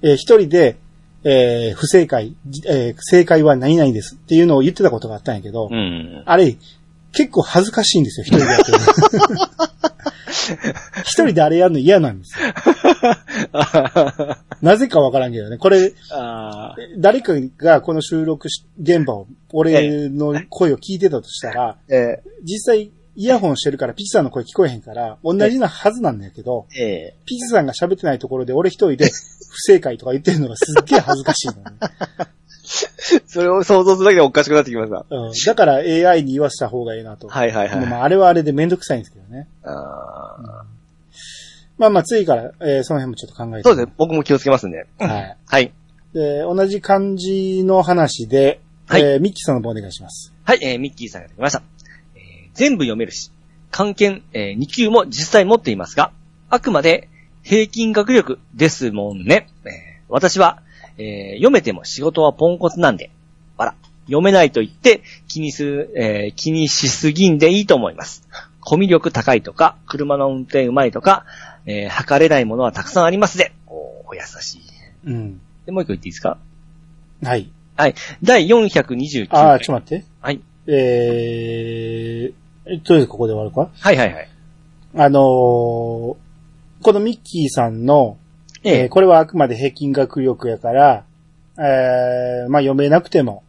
[SPEAKER 1] えー一人で、えー不正解、じえー正解は何々ですっていうのを言ってたことがあったんやけど、
[SPEAKER 2] うん。
[SPEAKER 1] あれ、結構恥ずかしいんですよ、一人でやってる の一人であれやるの嫌なんですよ。なぜかわからんけどね。これ、
[SPEAKER 2] あ
[SPEAKER 1] 誰かがこの収録し現場を、俺の声を聞いてたとしたら、
[SPEAKER 2] ー。え
[SPEAKER 1] 実際、イヤホンしてるからピチさんの声聞こえへんから、同じなはずなんだけど、
[SPEAKER 2] え。え
[SPEAKER 1] ピチさんが喋ってないところで俺一人で不正解とか言ってるのがすっげえ恥ずかしいの ね、
[SPEAKER 2] え。それを想像するだけでおかしくなってきました。
[SPEAKER 1] うん。だから AI に言わせた方がいいなと。
[SPEAKER 2] はいはい
[SPEAKER 1] でも
[SPEAKER 2] は
[SPEAKER 1] まあ、あれはあれでめんどくさいんですけどね。
[SPEAKER 2] い。あ
[SPEAKER 1] まあまあ、次から、えーその辺もちょっと考え
[SPEAKER 2] ー
[SPEAKER 1] て。
[SPEAKER 2] そうですね。僕も気をつけますんで。
[SPEAKER 1] はい。
[SPEAKER 2] はい。
[SPEAKER 1] で、同じ感じの話で、
[SPEAKER 2] はい
[SPEAKER 1] えーミッキーさんの方お願いします。
[SPEAKER 2] はい、えー、ミッキーさんができました。えー全部読めるし、関係、え2級も実際持っていますが、あくまで平均学力ですもんね。えー私は、えー読めても仕事はポンコツなんで、あら、読めないと言って気にする、えー気にしすぎんでいいと思います。コミュ力高いとか、車の運転うまいとか、えー測れないものはたくさんありますで。おーお優しい。
[SPEAKER 1] うん。
[SPEAKER 2] で、もう一個言っていいですか
[SPEAKER 1] はい。
[SPEAKER 2] はい。第429回。
[SPEAKER 1] ああ、ちょっと待って。
[SPEAKER 2] はい。
[SPEAKER 1] えー、とりあえずここで終わるか
[SPEAKER 2] はいはいはい。
[SPEAKER 1] あのーこのミッキーさんの、
[SPEAKER 2] え
[SPEAKER 1] えーこれはあくまで平均学力やから、えー、まあ読めなくても、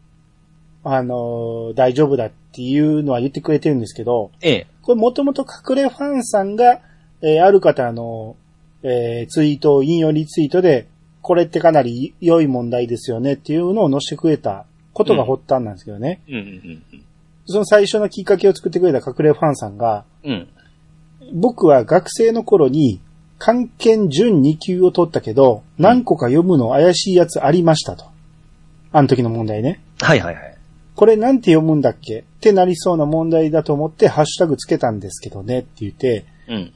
[SPEAKER 1] あのー大丈夫だっていうのは言ってくれてるんですけど、
[SPEAKER 2] ええ
[SPEAKER 1] これもともと隠れファンさんが、えーある方の、えーツイートを引用リツイートで、これってかなり良い問題ですよねっていうのを載せてくれたことが発端なんですけどね。
[SPEAKER 2] うんうん
[SPEAKER 1] その最初のきっかけを作ってくれた隠れファンさんが、
[SPEAKER 2] うん。うん。
[SPEAKER 1] 僕は学生の頃に、漢検準2級を取ったけど、何個か読むの怪しいやつありましたと。あの時の問題ね。
[SPEAKER 2] はいはいはい。
[SPEAKER 1] これなんて読むんだっけってなりそうな問題だと思ってハッシュタグつけたんですけどねって言って、
[SPEAKER 2] うん。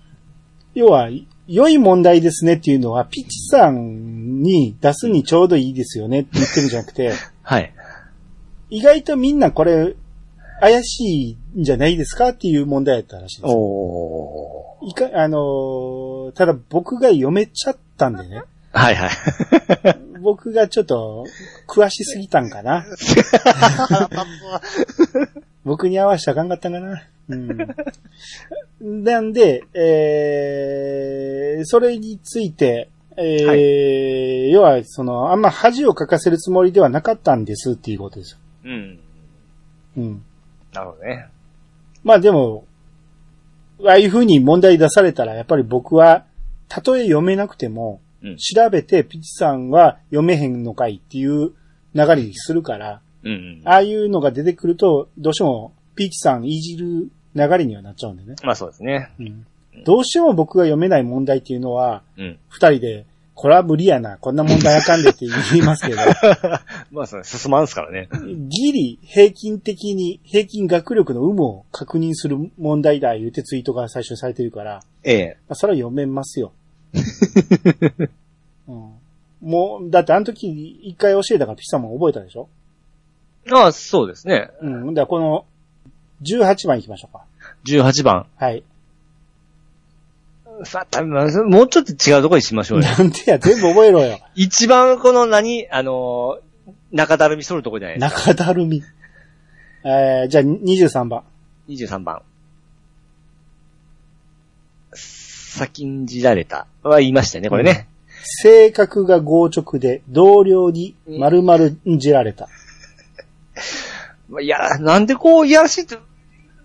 [SPEAKER 1] 要は、良い問題ですねっていうのは、ピチさんに出すにちょうどいいですよねって言ってるんじゃなくて、
[SPEAKER 2] はい。
[SPEAKER 1] 意外とみんなこれ、怪しいんじゃないですかっていう問題やったらしいです。
[SPEAKER 2] お
[SPEAKER 1] いか、あのーただ僕が読めちゃったんでね。
[SPEAKER 2] はいはい。
[SPEAKER 1] 僕がちょっと、詳しすぎたんかな。僕に合わせたらあかんかったんかな。うん。なんで、えー、それについて、えー
[SPEAKER 2] は
[SPEAKER 1] 要は、その、あんま恥をかかせるつもりではなかったんですっていうことですよ。
[SPEAKER 2] うん。
[SPEAKER 1] うん。
[SPEAKER 2] なるほどね。
[SPEAKER 1] まあでも、ああいう風に問題出されたら、やっぱり僕は、たとえ読めなくても、
[SPEAKER 2] うん
[SPEAKER 1] 調べて、ピチさんは読めへんのかいっていう流れにするから、
[SPEAKER 2] うん。
[SPEAKER 1] ああいうのが出てくると、どうしても、ピーチさんいじる流れにはなっちゃうんでね。
[SPEAKER 2] まあそうですね。
[SPEAKER 1] うんどうしても僕が読めない問題っていうのは、
[SPEAKER 2] うん。
[SPEAKER 1] 二人で、これは無理やな、こんな問題あかんでって言います けど、
[SPEAKER 2] まあそう進まんすからね。
[SPEAKER 1] ギリ平均的に、平均学力の有無を確認する問題だ言うてツイートが最初にされてるから、
[SPEAKER 2] ええ。
[SPEAKER 1] まあ、それは読めますよ。 うん、もう、だってあの時一回教えたからピッサも覚えたでしょ
[SPEAKER 2] ああ、そうですね。
[SPEAKER 1] うん。だからこの、18番行きましょうか。
[SPEAKER 2] 18番。
[SPEAKER 1] はい。
[SPEAKER 2] さたもうちょっと違うところにしましょうよ。
[SPEAKER 1] なんでや、全部覚えろよ。
[SPEAKER 2] 一番この何、あのー中だるみするとこじゃないですか。
[SPEAKER 1] 中だるみ。えー、じゃあ23番。
[SPEAKER 2] 23番。先んじられた。は言いましたよね、これね。
[SPEAKER 1] 性格が強直で、同僚に丸々じられた。
[SPEAKER 2] いや、なんでこう、いやらしいって、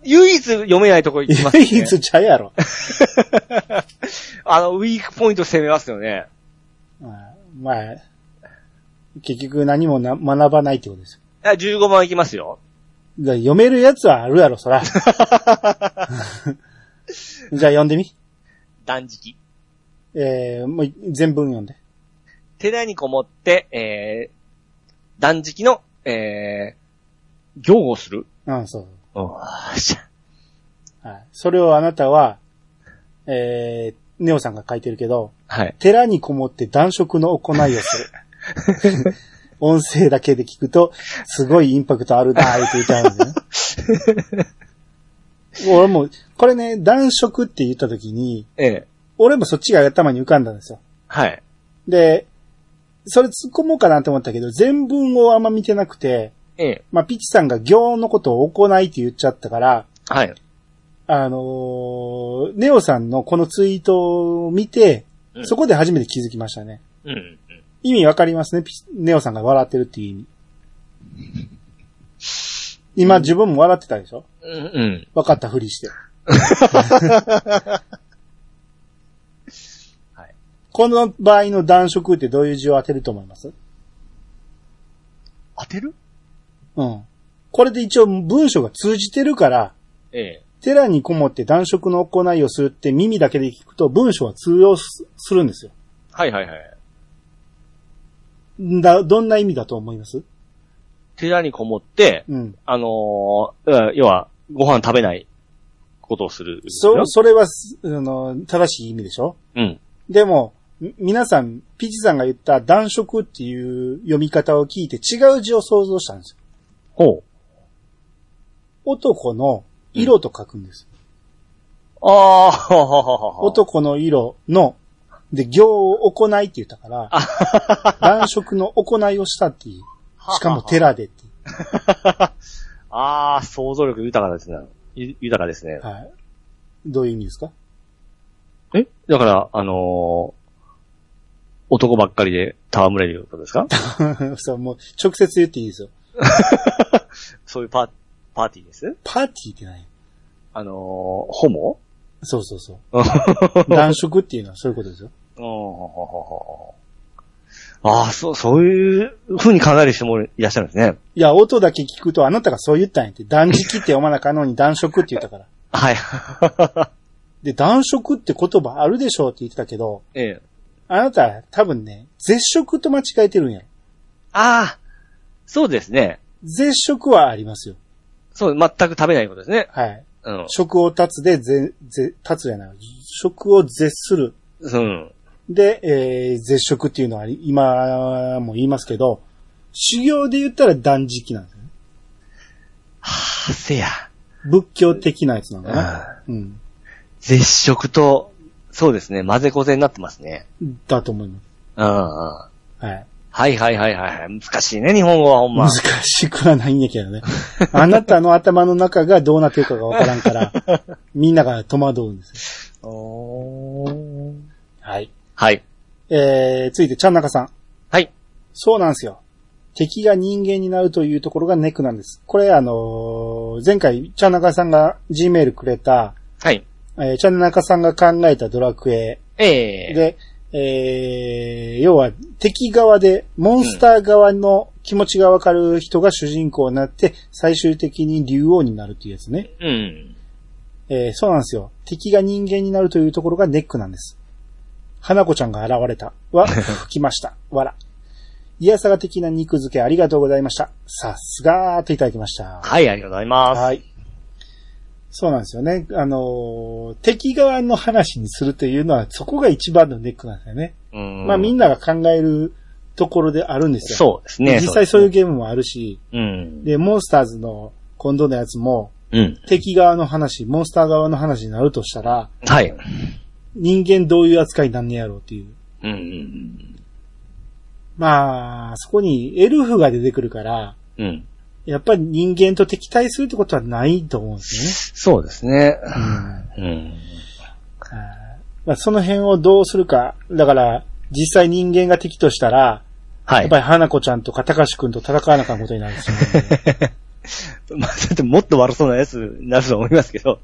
[SPEAKER 2] 唯一読めないとこ行きます
[SPEAKER 1] 唯
[SPEAKER 2] ね。
[SPEAKER 1] 一ちゃうやろ。
[SPEAKER 2] あの、ウィークポイント攻めますよね。
[SPEAKER 1] うんまあ、結局何もな学ばないってことですよ。
[SPEAKER 2] あ15番いきますよ。
[SPEAKER 1] だから読めるやつはあるやろ、そら。じゃあ読んでみ。
[SPEAKER 2] 断食。
[SPEAKER 1] えー、もう全文読んで。
[SPEAKER 2] 寺にこもって、えー、断食の、えー、行をする。
[SPEAKER 1] うん、そう。
[SPEAKER 2] おーしゃ
[SPEAKER 1] はい。それをあなたは、えー、ネオさんが書いてるけど、
[SPEAKER 2] はい。
[SPEAKER 1] 寺にこもって暖色の行いをする。音声だけで聞くと、すごいインパクトあるなーって言っちゃうんですね。俺も、これね、暖色って言った時に、
[SPEAKER 2] ええ
[SPEAKER 1] 俺もそっちが頭に浮かんだんですよ。
[SPEAKER 2] はい。
[SPEAKER 1] で、それ突っ込もうかなと思ったけど、全文をあんま見てなくて、
[SPEAKER 2] ええ
[SPEAKER 1] まあ、ピチさんが行のことを行いって言っちゃったから、
[SPEAKER 2] はい。
[SPEAKER 1] あのーネオさんのこのツイートを見て、
[SPEAKER 2] うん
[SPEAKER 1] そこで初めて気づきましたね。
[SPEAKER 2] うんうん。
[SPEAKER 1] 意味わかりますね。ピネオさんが笑ってるっていう意味。今自分も笑ってたでしょ
[SPEAKER 2] うんうん。
[SPEAKER 1] 分かったふり して。
[SPEAKER 2] い
[SPEAKER 1] この場合の暖色ってどういう字を当てると思います
[SPEAKER 2] 当てる
[SPEAKER 1] うん。これで一応文章が通じてるから、
[SPEAKER 2] ええ
[SPEAKER 1] 寺にこもって暖色の行いをするって耳だけで聞くと文章は通用すするんですよ。
[SPEAKER 2] はいはいはい。
[SPEAKER 1] んだ、どんな意味だと思います
[SPEAKER 2] 寺にこもって、
[SPEAKER 1] うん。
[SPEAKER 2] あのーうん要は、ご飯食べないことをする。
[SPEAKER 1] そ、それはす、あの、正しい意味でしょ
[SPEAKER 2] うん。
[SPEAKER 1] でも、み皆さん、ピチさんが言った暖色っていう読み方を聞いて違う字を想像したんですよ。
[SPEAKER 2] ほう。
[SPEAKER 1] 男の色と書くんです。
[SPEAKER 2] ああ、はははは。。
[SPEAKER 1] 男の色の、で、行を行いって言ったから、暖色の行いをしたっていう。 しかも。寺でっていう。
[SPEAKER 2] ああ、想像力豊かですね。ゆ豊かですね。
[SPEAKER 1] はい。どういう意味ですか
[SPEAKER 2] えだから、あのー男ばっかりで戯れることです か
[SPEAKER 1] そう、もう直接言っていいですよ。
[SPEAKER 2] そういうパー、パーティーです
[SPEAKER 1] パーティーってない。
[SPEAKER 2] あのーホモ
[SPEAKER 1] そうそうそう。暖色っていうのはそういうことですよ。
[SPEAKER 2] ああ、そう、そういう風に考える人もいらっしゃるんですね。
[SPEAKER 1] いや、音だけ聞くとあなたがそう言ったんやって。断食って読まなかのに断食って言ったから。
[SPEAKER 2] はい。
[SPEAKER 1] で、断食って言葉あるでしょうって言ってたけど、
[SPEAKER 2] ええ。
[SPEAKER 1] あなた多分ね、絶食と間違えてるんやろ。
[SPEAKER 2] ああ、そうですね。
[SPEAKER 1] 絶食はありますよ。
[SPEAKER 2] そう、全く食べないことですね。
[SPEAKER 1] はい。
[SPEAKER 2] うん。
[SPEAKER 1] 食を立つで、ぜ、ぜ、立つじゃない。食を絶する。
[SPEAKER 2] うん。
[SPEAKER 1] で、えー、絶食っていうのは今も言いますけど、修行で言ったら断食なんですよね。
[SPEAKER 2] はあ、せや。
[SPEAKER 1] 仏教的なやつなのかな。
[SPEAKER 2] ああ
[SPEAKER 1] うん。
[SPEAKER 2] 絶食と、そうですね、混ぜこぜになってますね。
[SPEAKER 1] だと思いま
[SPEAKER 2] うんう
[SPEAKER 1] す。は
[SPEAKER 2] ん。
[SPEAKER 1] い。
[SPEAKER 2] はいはいはいはい。難しいね、日本語はほんま
[SPEAKER 1] 難。しくはないんだけどね。あなたの頭の中がどうなってるかがわからんから、 みんなが戸惑うんですよ。はい。
[SPEAKER 2] はい。
[SPEAKER 1] えー、ついて、ちゃんなかさん。
[SPEAKER 2] はい。
[SPEAKER 1] そうなんですよ。敵が人間になるというところがネックなんです。これ、あのー前回、ちゃんなかさんが G メールくれた、
[SPEAKER 2] はい。
[SPEAKER 1] えー、ちゃんなかさんが考えたドラクエ
[SPEAKER 2] ええ
[SPEAKER 1] で、えー、要は敵側で、モンスター側の気持ちがわかる人が主人公になって、最終的に竜王になるっていうやつね。
[SPEAKER 2] うん。
[SPEAKER 1] えーそうなんですよ。敵が人間になるというところがネックなんです。花子ちゃんが現れた。は、吹きました。わら。イヤサガ的な肉付けありがとうございました。さすがーといただきました。
[SPEAKER 2] はい、ありがとうございます。
[SPEAKER 1] はい。そうなんですよね。あのー敵側の話にするというのは、そこが一番のネックなんですよね。
[SPEAKER 2] うん。
[SPEAKER 1] まあみん
[SPEAKER 2] な、
[SPEAKER 1] なが考えるところであるんですよ。
[SPEAKER 2] そうですね。
[SPEAKER 1] 実際そういう
[SPEAKER 2] で
[SPEAKER 1] ゲームもあるし、
[SPEAKER 2] すね。うん。
[SPEAKER 1] で、モンスターズの今度のやつも、
[SPEAKER 2] うん。
[SPEAKER 1] 敵側の話、モンスター側の話になるとしたら、
[SPEAKER 2] はい。
[SPEAKER 1] 人間どういう扱いになんねやろうっていう。
[SPEAKER 2] うんうん
[SPEAKER 1] まあ、そこにエルフが出てくるから、
[SPEAKER 2] うん。うん。
[SPEAKER 1] やっぱり人間と敵対するってことはないと思うんです
[SPEAKER 2] そうですね。
[SPEAKER 1] ね。うん
[SPEAKER 2] うん。
[SPEAKER 1] まあ、その辺をどうするか。だから、実際人間が敵としたら、
[SPEAKER 2] は
[SPEAKER 1] やっ
[SPEAKER 2] い。
[SPEAKER 1] ぱり花子ちゃんとか高志くんと戦わなあかんことになるんですよね。
[SPEAKER 2] まあ、だってもっと悪そうなやつになると思いますけど。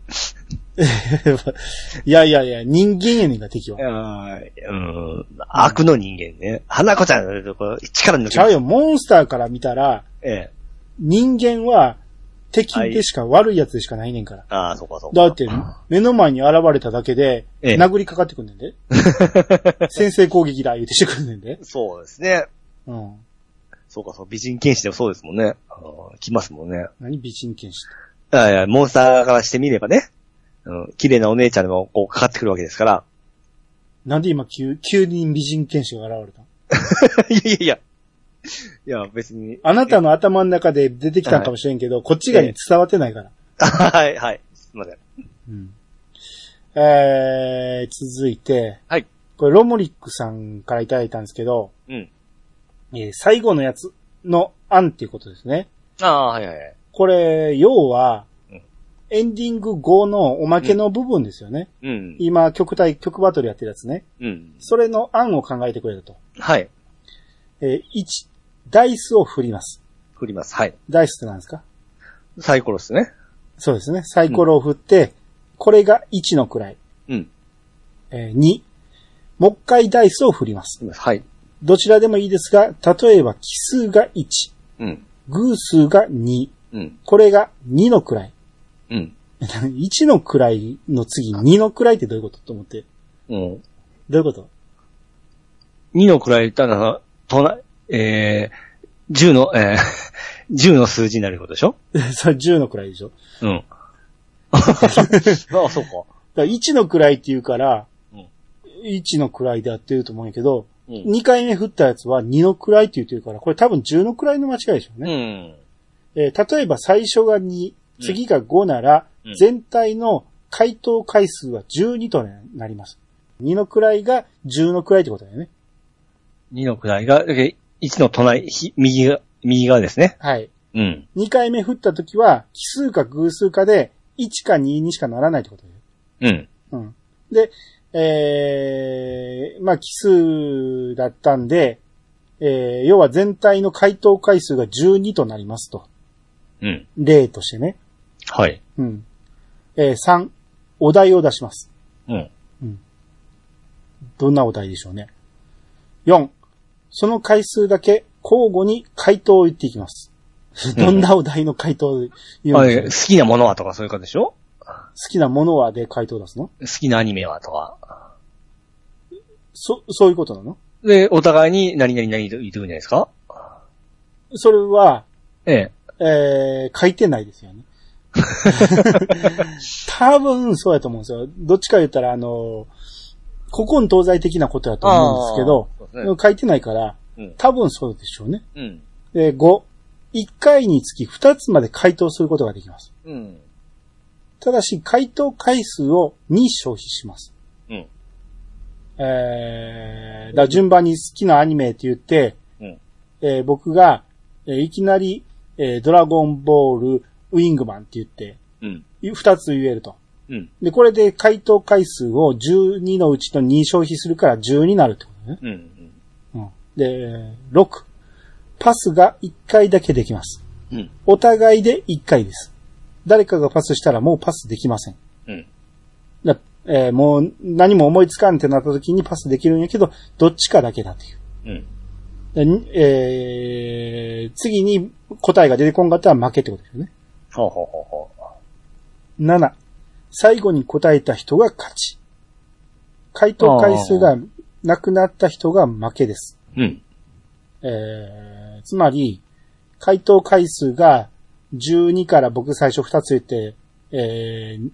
[SPEAKER 1] いやいやいや、人間やねんか、敵は。
[SPEAKER 2] うん。悪の人間ね。花子ちゃんのとこ、力抜
[SPEAKER 1] ちゃう
[SPEAKER 2] け
[SPEAKER 1] よ、モンスターから見たら、
[SPEAKER 2] ええ。
[SPEAKER 1] 人間は敵でしか悪い奴でしかないねんから。
[SPEAKER 2] ああ、そうかそうか。
[SPEAKER 1] だって、目の前に現れただけで、
[SPEAKER 2] ええ
[SPEAKER 1] 殴りかかってくんねん で。先制攻撃だ、言うてしてくんねんで。
[SPEAKER 2] そうですね。
[SPEAKER 1] うん。
[SPEAKER 2] そうかそう。美人剣士でもそうですもんね。あの来ますもんね。
[SPEAKER 1] 何美人剣士って。
[SPEAKER 2] いやいや、モンスターからしてみればね。うん。綺麗なお姉ちゃんでもこうかかってくるわけですから。
[SPEAKER 1] なんで今急、急に美人剣士が現れたの
[SPEAKER 2] いやいやいや。いや、別に。
[SPEAKER 1] あなたの頭の中で出てきたんかもしれんけど、こっちがね、伝わってないから。
[SPEAKER 2] はい、はい。すいません。
[SPEAKER 1] うん。えー、続いて、
[SPEAKER 2] はい。
[SPEAKER 1] これロモリックさんからいただいたんですけど、
[SPEAKER 2] うん。
[SPEAKER 1] えー最後のやつの案っていうことですね。
[SPEAKER 2] ああ、はいはいはい。
[SPEAKER 1] これ、要は
[SPEAKER 2] うん、
[SPEAKER 1] エンディング後のおまけの部分ですよね。
[SPEAKER 2] うん。
[SPEAKER 1] 今、曲対曲バトルやってるやつね。
[SPEAKER 2] うん。
[SPEAKER 1] それの案を考えてくれると。
[SPEAKER 2] はい。
[SPEAKER 1] えー、1、ダイスを振ります。
[SPEAKER 2] 振ります。はい。
[SPEAKER 1] ダイスって何ですか
[SPEAKER 2] サイコロですね。
[SPEAKER 1] そうですね。サイコロを振って、これが1の位。
[SPEAKER 2] うん。
[SPEAKER 1] えー、2、もう一回ダイスを振ります
[SPEAKER 2] 振。ります。はい。
[SPEAKER 1] どちらでもいいですが、例えば奇数が1、
[SPEAKER 2] うん。
[SPEAKER 1] 偶数が2、
[SPEAKER 2] うん。
[SPEAKER 1] これが2の位。
[SPEAKER 2] うん。
[SPEAKER 1] 1の位の次、2の位ってどういうことと思って。
[SPEAKER 2] うん。
[SPEAKER 1] どういうこと
[SPEAKER 2] 2の位いったら、とな、えー、10の、 えー、10の数字になることでしょ
[SPEAKER 1] それ10の位でしょ。
[SPEAKER 2] うん。ああ、そう
[SPEAKER 1] だ
[SPEAKER 2] か。
[SPEAKER 1] から1の位って言うから
[SPEAKER 2] うん、
[SPEAKER 1] 1の位でやってると思うんやけど、
[SPEAKER 2] うん。
[SPEAKER 1] 2回目振ったやつは2の位って言ってるから、これ多分10の位の間違いでしょう
[SPEAKER 2] う
[SPEAKER 1] ね。
[SPEAKER 2] ん。
[SPEAKER 1] えー例えば最初が2、次が5なら
[SPEAKER 2] うん、
[SPEAKER 1] 全体の回答回数は12となります。2の位が10の位ってことだよね。
[SPEAKER 2] 2の位が、1の隣、ひ右が、右側ですね。
[SPEAKER 1] はい。
[SPEAKER 2] うん。
[SPEAKER 1] 2回目振った時は、奇数か偶数かで、1か2にしかならないってことだよ。
[SPEAKER 2] うん。
[SPEAKER 1] うん。で、えー、まあ、奇数だったんで、えー、要は全体の回答回数が12となりますと。
[SPEAKER 2] うん。
[SPEAKER 1] 例としてね。
[SPEAKER 2] はい。
[SPEAKER 1] うん。えー、3、お題を出します。
[SPEAKER 2] うん。
[SPEAKER 1] どんなお題でしょうね。4、その回数だけ交互に回答を言っていきます。どんなお題の回答を言うん
[SPEAKER 2] あ
[SPEAKER 1] でしょう
[SPEAKER 2] え好きなものはとかそういうことでしょ
[SPEAKER 1] 好きなものはで回答を出すの
[SPEAKER 2] 好きなアニメはとか。
[SPEAKER 1] そ、そういうことなの
[SPEAKER 2] で、お互いに何々何々言ってくるんじゃないですか
[SPEAKER 1] それは、
[SPEAKER 2] ええ。
[SPEAKER 1] えー、書いてないですよ ね。多分そうやと思うんですよ。どっちか言ったら、あの、古今東西的なことだと思うんですけど、書いてないから
[SPEAKER 2] うん、
[SPEAKER 1] 多分そうでしょうね。
[SPEAKER 2] けど。うん。
[SPEAKER 1] で、5、1回につき2つまで回答することができます。
[SPEAKER 2] うん。
[SPEAKER 1] ただし、回答回数を2消費します。
[SPEAKER 2] うん。
[SPEAKER 1] えー、だから順番に好きなアニメって言って、
[SPEAKER 2] うん
[SPEAKER 1] えー僕が、えーいきなり、えードラゴンボール、ウィングマンって言って、
[SPEAKER 2] うん。
[SPEAKER 1] い二つ言えると。
[SPEAKER 2] うん。
[SPEAKER 1] で、これで回答回数を12のうちの2消費するから10になるってことね。
[SPEAKER 2] うん。
[SPEAKER 1] うん、で、6、パスが1回だけできます。
[SPEAKER 2] うん。
[SPEAKER 1] お互いで1回です。誰かがパスしたらもうパスできません。
[SPEAKER 2] うん。
[SPEAKER 1] だえーもう何も思いつかんってなった時にパスできるんやけど、どっちかだけだっていう。
[SPEAKER 2] うん。
[SPEAKER 1] でにえー、次に答えが出てこんかったら負けってことですよね。
[SPEAKER 2] ほうほうほうほう。
[SPEAKER 1] 7、最後に答えた人が勝ち。回答回数がなくなった人が負けです。
[SPEAKER 2] うん。
[SPEAKER 1] えー、つまり、回答回数が12から僕最初2つ言って、えー、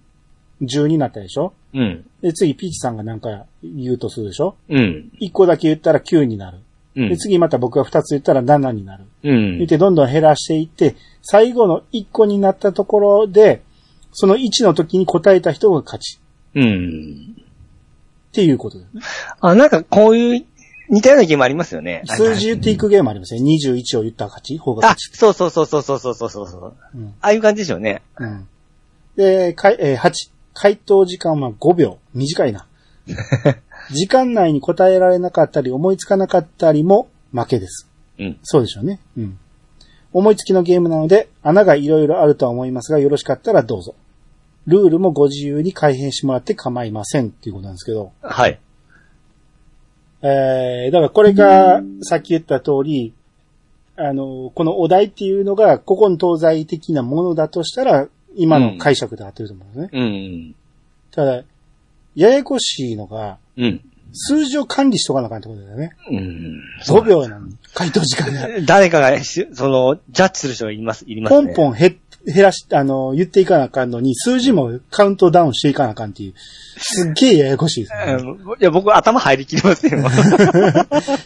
[SPEAKER 1] 12になったでしょ
[SPEAKER 2] うん。
[SPEAKER 1] で、次、ピーチさんがなんか言うとするでしょ
[SPEAKER 2] うん。
[SPEAKER 1] ?1 個だけ言ったら9になる。
[SPEAKER 2] うん
[SPEAKER 1] で、。次また僕が2つ言ったら7になる。
[SPEAKER 2] うん
[SPEAKER 1] 言っ。てどんどん減らしていって、最後の1個になったところで、その1の時に答えた人が勝ち
[SPEAKER 2] うん。
[SPEAKER 1] っっていうことですね。
[SPEAKER 2] あ、なんかこういう似たようなゲームありますよね。
[SPEAKER 1] 数字言っていくゲームありますね。21を言ったら勝ち、方が
[SPEAKER 2] あ、
[SPEAKER 1] 勝ち。
[SPEAKER 2] そうそうそうそうそうそうそうそう。
[SPEAKER 1] うん
[SPEAKER 2] ああいう感じでしょうね。
[SPEAKER 1] うん。で、かいえー8、回答時間は5秒。短い な。時間内に答えられなかったり、思いつかなかったりも負けです。
[SPEAKER 2] うん。
[SPEAKER 1] そうでしょうね。うん。思いつきのゲームなので、穴がいろいろあるとは思いますが、よろしかったらどうぞ。ルールもご自由に改変してもらって構いませんっていうことなんですけど。
[SPEAKER 2] はい。
[SPEAKER 1] えー、だからこれが、さっき言った通り、あの、このお題っていうのが、古今東西的なものだとしたら、今の解釈で合ってると思うんですね。
[SPEAKER 2] うん。
[SPEAKER 1] ただ、ややこしいのが、
[SPEAKER 2] うん。
[SPEAKER 1] 数字を管理しとかなあかんってことだよね。
[SPEAKER 2] うん。
[SPEAKER 1] 5秒なのに、回答時間が。
[SPEAKER 2] 誰かがし、その、ジャッジする人がいます、いります
[SPEAKER 1] ポ
[SPEAKER 2] ね。
[SPEAKER 1] ンポン減、減らし、あの、言っていかなあかんのに、数字もカウントダウンしていかなあかんっていう、すっげえややこしいですね、
[SPEAKER 2] うんいや、僕頭入りきりません よ。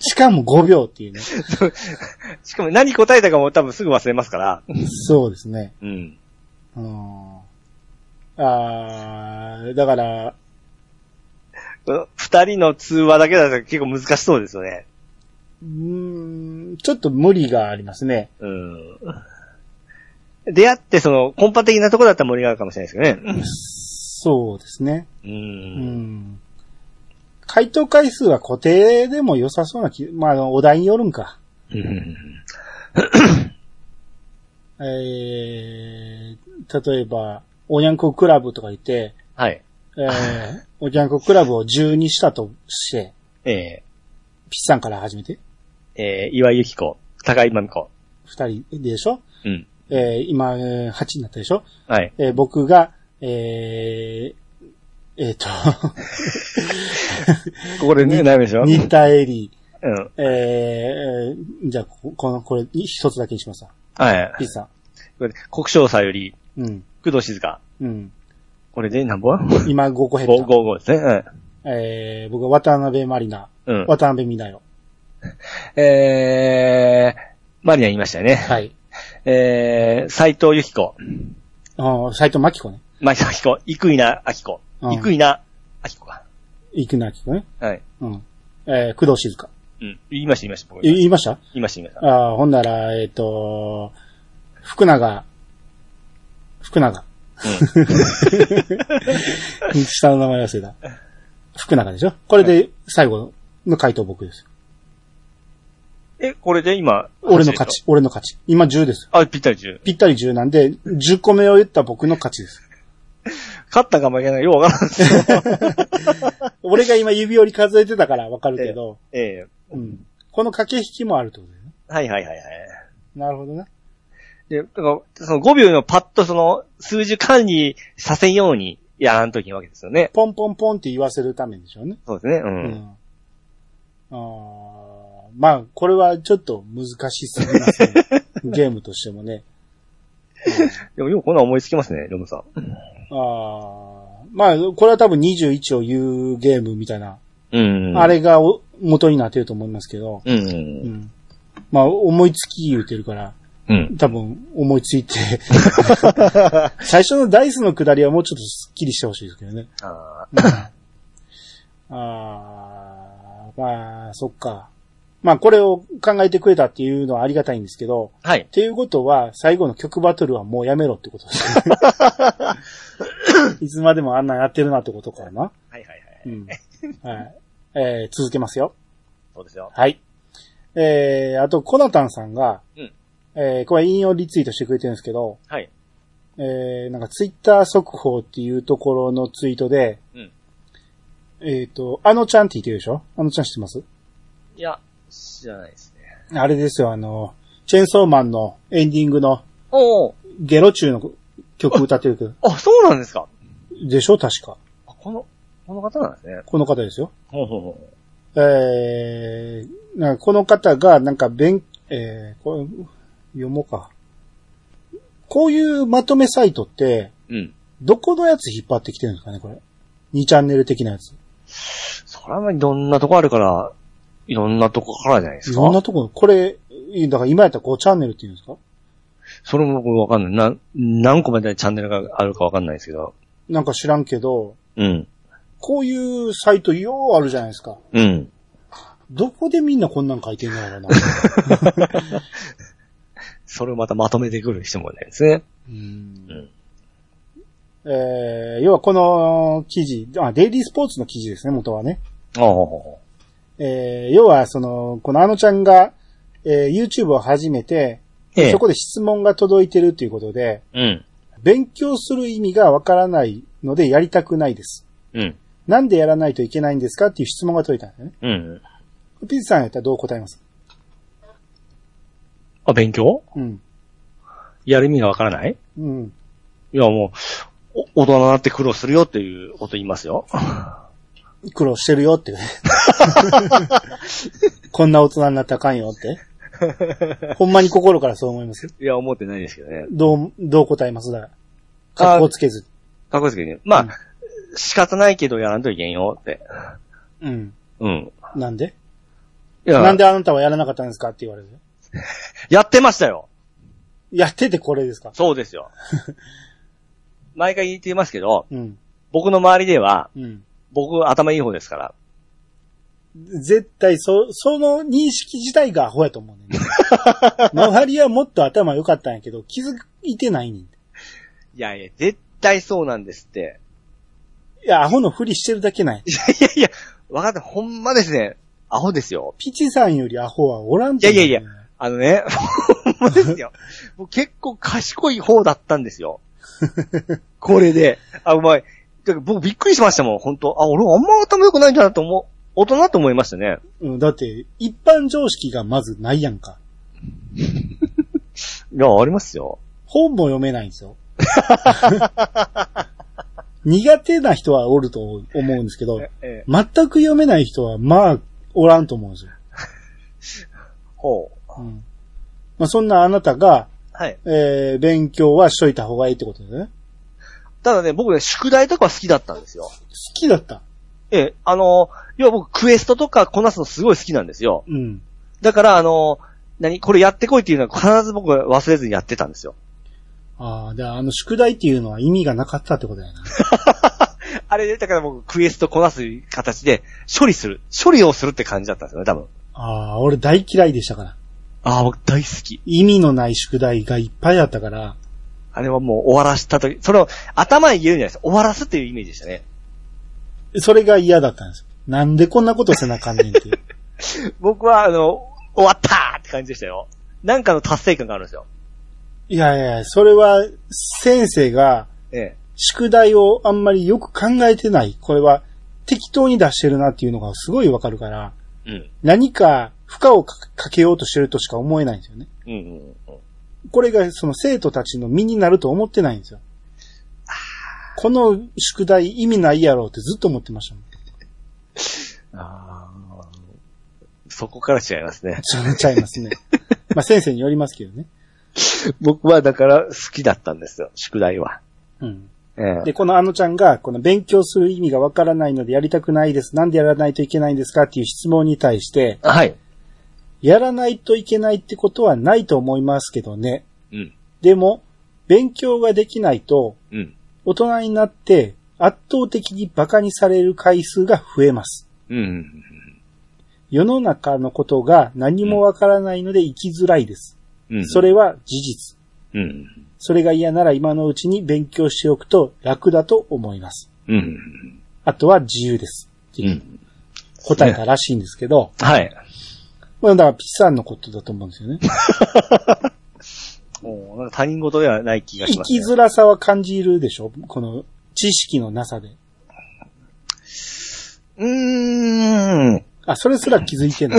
[SPEAKER 1] しかも5秒っていうね。
[SPEAKER 2] しかも何答えたかも多分すぐ忘れますから。
[SPEAKER 1] そうですね。
[SPEAKER 2] うん。
[SPEAKER 1] うんあー、だから、
[SPEAKER 2] 二人の通話だけだと結構難しそうですよね。
[SPEAKER 1] うーん、ちょっと無理がありますね。
[SPEAKER 2] うん。出会って、その、コンパ的なとこだったら盛り上がるかもしれないですけどね。
[SPEAKER 1] そうですね。
[SPEAKER 2] う。
[SPEAKER 1] うんん。回答回数は固定でも良さそうな気、まああの、お題によるんか。
[SPEAKER 2] うん。
[SPEAKER 1] えー、例えば、おにゃんこクラブとか言って、
[SPEAKER 2] はい。
[SPEAKER 1] え ー、おにゃんこクラブを10にしたとして、
[SPEAKER 2] ええ
[SPEAKER 1] ピッさんから始めて、
[SPEAKER 2] えー、岩井由紀子、高井真美子。
[SPEAKER 1] 2人でしょ
[SPEAKER 2] うん。
[SPEAKER 1] えー、今、えー8になったでしょ
[SPEAKER 2] はい。
[SPEAKER 1] えー、僕が、えー、えー、 と、
[SPEAKER 2] ここでね、悩みでしょ
[SPEAKER 1] 新田エリ
[SPEAKER 2] うん。
[SPEAKER 1] ー、えー、じゃあ、ここの、これ、一つだけにしますわ。
[SPEAKER 2] はい。
[SPEAKER 1] ピッさ
[SPEAKER 2] これ、国章さより、
[SPEAKER 1] ん。うん。
[SPEAKER 2] 工藤静香。
[SPEAKER 1] うん。
[SPEAKER 2] これで何本
[SPEAKER 1] 今5個減った。
[SPEAKER 2] ?5、5ですね。うん。
[SPEAKER 1] えー、僕は渡辺マリナ、
[SPEAKER 2] うん。
[SPEAKER 1] 渡辺美奈よ。
[SPEAKER 2] えー、マリナ言いましたよね。
[SPEAKER 1] はい。
[SPEAKER 2] えー、斎藤由紀子、
[SPEAKER 1] あー斎藤真紀子ね。
[SPEAKER 2] マキ紀子、生稲明子
[SPEAKER 1] うん、
[SPEAKER 2] 生稲明子か。
[SPEAKER 1] 生稲晃子ね。
[SPEAKER 2] はい。
[SPEAKER 1] うん。えー、工藤静香。
[SPEAKER 2] うん。言いました、言いました、僕。
[SPEAKER 1] い
[SPEAKER 2] 言
[SPEAKER 1] 言いました
[SPEAKER 2] いました、言いました。
[SPEAKER 1] ああ、ほんなら、えっ、と、福永、福永。下の名前忘れた。福永でしょこれで最後の回答僕です。
[SPEAKER 2] え、これで今、
[SPEAKER 1] 俺の勝ち。俺の勝ち。今10です。
[SPEAKER 2] あ、ぴったり10。
[SPEAKER 1] ぴったり10なんで、10個目を言った僕の勝ちです。
[SPEAKER 2] 勝ったか負けないかようわから んですよ。
[SPEAKER 1] 俺が今指折り数えてたからわかるけど、
[SPEAKER 2] ええ
[SPEAKER 1] うん。この駆け引きもあるってことだよね。
[SPEAKER 2] はいはいはいはい。
[SPEAKER 1] なるほどね。
[SPEAKER 2] で、だから、その5秒のパッとその、数字管理させんようにやらんときなわけですよね。
[SPEAKER 1] ポンポンポンって言わせるためでしょうね。
[SPEAKER 2] そうですね。う。
[SPEAKER 1] うんんあーまあ、これはちょっと難しすぎます ね。ゲームとしてもね。
[SPEAKER 2] でもようこんなん思いつきますね、ロムさん。
[SPEAKER 1] あーまあ、これは多分21を言うゲームみたいな、
[SPEAKER 2] うん。
[SPEAKER 1] あれがお元になってると思いますけど、
[SPEAKER 2] うん。
[SPEAKER 1] う
[SPEAKER 2] うん。
[SPEAKER 1] んまあ、思いつき言うてるから、
[SPEAKER 2] うん。
[SPEAKER 1] 多分思いつ いて、最初のダイスの下りはもうちょっとスッキリしてほしいですけどね。
[SPEAKER 2] あ
[SPEAKER 1] あーまあ、そっか。まあ、これを考えてくれたっていうのはありがたいんですけど、
[SPEAKER 2] ーはい
[SPEAKER 1] っ。ていうことは、最後の曲バトルはもうやめろってことです ね。いつまでもあんなんやってるなってことかな。
[SPEAKER 2] はいはいはい。
[SPEAKER 1] うん。はい。えー続けますよ。
[SPEAKER 2] そうですよ。
[SPEAKER 1] はい。えー、あと、コナタンさんが、
[SPEAKER 2] うん
[SPEAKER 1] えー、これ引用リツイートしてくれてるんですけど、
[SPEAKER 2] はい。
[SPEAKER 1] えー、なんかツイッター速報っていうところのツイートで、
[SPEAKER 2] うん
[SPEAKER 1] えっ、と、あのちゃんって言ってるでしょあのちゃん知ってます
[SPEAKER 2] いや、知らないですね。
[SPEAKER 1] あれですよ、あの、チェーンソーマンのエンディングの
[SPEAKER 2] おお。
[SPEAKER 1] ゲロチューの曲歌ってるけど
[SPEAKER 2] あ、そうなんですか。
[SPEAKER 1] でしょ確か。
[SPEAKER 2] あ、この、この方なんですね。
[SPEAKER 1] この方ですよ。
[SPEAKER 2] ほうほうほう。
[SPEAKER 1] えー、なんかこの方が、なんか、勉、えー、これ、読もうか。こういうまとめサイトって、
[SPEAKER 2] うん。
[SPEAKER 1] どこのやつ引っ張ってきてるんですかね、これ。2チャンネル的なやつ。
[SPEAKER 2] それはいろんなとこあるから、いろんなとこからじゃないです
[SPEAKER 1] い
[SPEAKER 2] か。
[SPEAKER 1] ろんなところ、これ、だから今やったら5チャンネルっていうんですか
[SPEAKER 2] それも僕わかんない。な、何個までチャンネルがあるかわかんないですけど。
[SPEAKER 1] なんか知らんけど、
[SPEAKER 2] うん。
[SPEAKER 1] こういうサイトようあるじゃないですか。
[SPEAKER 2] うん。
[SPEAKER 1] どこでみんなこんなん書いてんのやろうな。
[SPEAKER 2] それをまたまとめてくる人もいないですね。
[SPEAKER 1] うんえー、要はこの記事、あ、デイリースポーツの記事ですね、元はね。
[SPEAKER 2] ああ。
[SPEAKER 1] えー、要はその、このあのちゃんが、えー、YouTube を始めて、
[SPEAKER 2] ええ
[SPEAKER 1] そ。こで質問が届いてるということで、
[SPEAKER 2] うん。
[SPEAKER 1] 勉強する意味がわからないのでやりたくないです。
[SPEAKER 2] うん。
[SPEAKER 1] なんでやらないといけないんですかっていう質問が解いたんだよね。
[SPEAKER 2] うん。
[SPEAKER 1] ピッツさんやったらどう答えます
[SPEAKER 2] あ、勉強
[SPEAKER 1] うん。
[SPEAKER 2] やる意味がわからない
[SPEAKER 1] うん。
[SPEAKER 2] いや、もう、お大人になって苦労するよっていうこと言いますよ。
[SPEAKER 1] 苦労してるよ って。こんな大人になったらあかんよって。ほんまに心からそう思います。
[SPEAKER 2] いや、思ってないですけどね。
[SPEAKER 1] どう、どう答えますだから。格好つけず。
[SPEAKER 2] かっこいいですけどね。まあ、
[SPEAKER 1] うん
[SPEAKER 2] 仕方ないけどやらんといけんよって。
[SPEAKER 1] うん。
[SPEAKER 2] うん。
[SPEAKER 1] なんで
[SPEAKER 2] いや、
[SPEAKER 1] なんであなたはやらなかったんですかって言われる。
[SPEAKER 2] やってましたよ。
[SPEAKER 1] やっててこれですか
[SPEAKER 2] そうですよ。毎回言ってますけど、
[SPEAKER 1] うん。
[SPEAKER 2] 僕の周りでは、
[SPEAKER 1] うん。
[SPEAKER 2] 僕頭いい方ですから。
[SPEAKER 1] 絶対、そ、その認識自体がアホやと思うねん。 周りはもっと頭良かったんやけど、気づいてないねん。い
[SPEAKER 2] いやいや、絶対そうなんですって。
[SPEAKER 1] や、アホのふりしてるだけない。
[SPEAKER 2] いやいやいや、分かった、ほんまですね。アホですよ。
[SPEAKER 1] ピチさんよりアホはおらんと思う
[SPEAKER 2] いやいやいや。あのね、ほんまですよ。もう結構賢い方だったんですよ。これで。あ、うまい。てか僕びっくりしましたもん、本当あ、俺あんま頭良くないんだなと思う。大人と思いましたね。
[SPEAKER 1] うん、だって、一般常識がまずないやんか。
[SPEAKER 2] いや、ありますよ。
[SPEAKER 1] 本も読めないん ですよ。苦手な人はおると思うんですけど、
[SPEAKER 2] ええ、
[SPEAKER 1] 全く読めない人は、まあ、おらんと思うんですよ。
[SPEAKER 2] ほう。
[SPEAKER 1] うん。まあ、そんなあなたが、
[SPEAKER 2] はい。
[SPEAKER 1] えー、勉強はしといた方がいいってことだよね。
[SPEAKER 2] ただね、僕ね、宿題とかは好きだったんですよ。
[SPEAKER 1] 好きだった。
[SPEAKER 2] ええ、あの、要は僕クエストとかこなすのすごい好きなんですよ。
[SPEAKER 1] うん。
[SPEAKER 2] だから、あの、何これやってこいっていうのは必ず僕は忘れずにやってたんですよ。
[SPEAKER 1] ああ、で、あの宿題っていうのは意味がなかったってことだよな。
[SPEAKER 2] あれで、だから僕、クエストこなす形で、処理する。処理をするって感じだったんですよね、多分。
[SPEAKER 1] ああ、俺大嫌いでしたから。
[SPEAKER 2] ああ、僕大好き。
[SPEAKER 1] 意味のない宿題がいっぱいあったから、
[SPEAKER 2] あれはもう終わらしたとき、それを頭に入れるんじゃないです終わらすっていうイメージでしたね。
[SPEAKER 1] それが嫌だったんですよ。なんでこんなことせなあかんねんっていう。
[SPEAKER 2] 僕は、あの、終わったーって感じでしたよ。なんかの達成感があるんですよ。
[SPEAKER 1] いやいや、それは、先生が、
[SPEAKER 2] ええ。
[SPEAKER 1] 宿題をあんまりよく考えてない。これは、適当に出してるなっていうのがすごいわかるから、
[SPEAKER 2] うん。
[SPEAKER 1] 何か負荷をかかけようとしてるとしか思えないんですよね。
[SPEAKER 2] うんうんうん。
[SPEAKER 1] これがその生徒たちの身になると思ってないんですよ。この宿題意味ないやろうってずっと思ってましたもん。
[SPEAKER 2] ああ。そこから違いますね。
[SPEAKER 1] ちゃちゃいますね。まあ先生によりますけどね。
[SPEAKER 2] 僕はだから好きだったんですよ、宿題は。
[SPEAKER 1] うん。
[SPEAKER 2] え
[SPEAKER 1] で、このあのちゃんが、この勉強する意味がわからないのでやりたくないです。なんでやらないといけないんですかっていう質問に対して、
[SPEAKER 2] え。はい。
[SPEAKER 1] やらないといけないってことはないと思いますけどね。
[SPEAKER 2] うん。
[SPEAKER 1] でも、勉強ができないと、
[SPEAKER 2] うん。
[SPEAKER 1] 大人になって圧倒的に馬鹿にされる回数が増えます。
[SPEAKER 2] うん。
[SPEAKER 1] 世の中のことが何もわからないので生きづらいです。
[SPEAKER 2] うん。
[SPEAKER 1] それは事実。
[SPEAKER 2] うん。
[SPEAKER 1] それが嫌なら今のうちに勉強しておくと楽だと思います。
[SPEAKER 2] うん。
[SPEAKER 1] あとは自由です。
[SPEAKER 2] うん。
[SPEAKER 1] 答えたらしいんですけど、
[SPEAKER 2] はい。
[SPEAKER 1] まあだからピッサンのことだと思うんですよね。
[SPEAKER 2] もう、なんか他人事ではない気がし
[SPEAKER 1] 生
[SPEAKER 2] ます、
[SPEAKER 1] き
[SPEAKER 2] ね。
[SPEAKER 1] づらさは感じるでしょこの知識のなさで。
[SPEAKER 2] うーん。
[SPEAKER 1] あ、それすら気づい てない。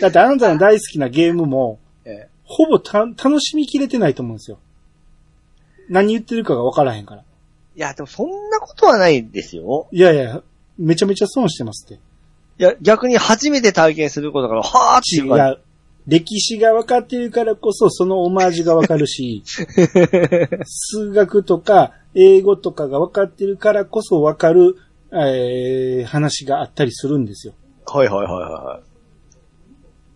[SPEAKER 1] だってあなたの大好きなゲームも、
[SPEAKER 2] え
[SPEAKER 1] ほぼた楽しみきれてないと思うんですよ。何言ってるかがわからへんから。
[SPEAKER 2] いや、でもそんなことはないですよ。
[SPEAKER 1] いやいや、めちゃめちゃ損してますって。
[SPEAKER 2] いや、逆に初めて体験することだから、はーって
[SPEAKER 1] 違
[SPEAKER 2] いうか、
[SPEAKER 1] う。歴史が分かってるからこそ、そのオマージュが分かる し、数学とか英語とかが分かってるからこそ分かる、えー、話があったりするんですよ。
[SPEAKER 2] はいはいはいは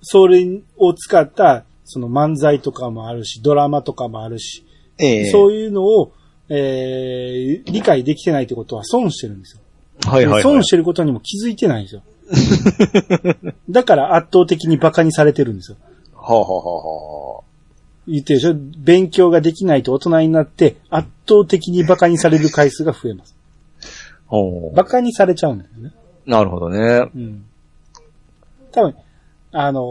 [SPEAKER 1] それを使った、その漫才とかもあるし、ドラマとかもあるし、
[SPEAKER 2] い。ええ
[SPEAKER 1] そういうのをえー、理解できてないってことは損してるんですよ。
[SPEAKER 2] はいは
[SPEAKER 1] で
[SPEAKER 2] い、はい。
[SPEAKER 1] 損してることにも気づいてないんですよ。だから圧倒的に馬鹿にされてるんですよ。
[SPEAKER 2] はあ、はあははあ、
[SPEAKER 1] 言ってるでしょ勉強ができないと大人になって圧倒的に馬鹿にされる回数が増えます。
[SPEAKER 2] お
[SPEAKER 1] 馬鹿にされちゃうんだよね。
[SPEAKER 2] なるほどね。
[SPEAKER 1] うん。多分、あの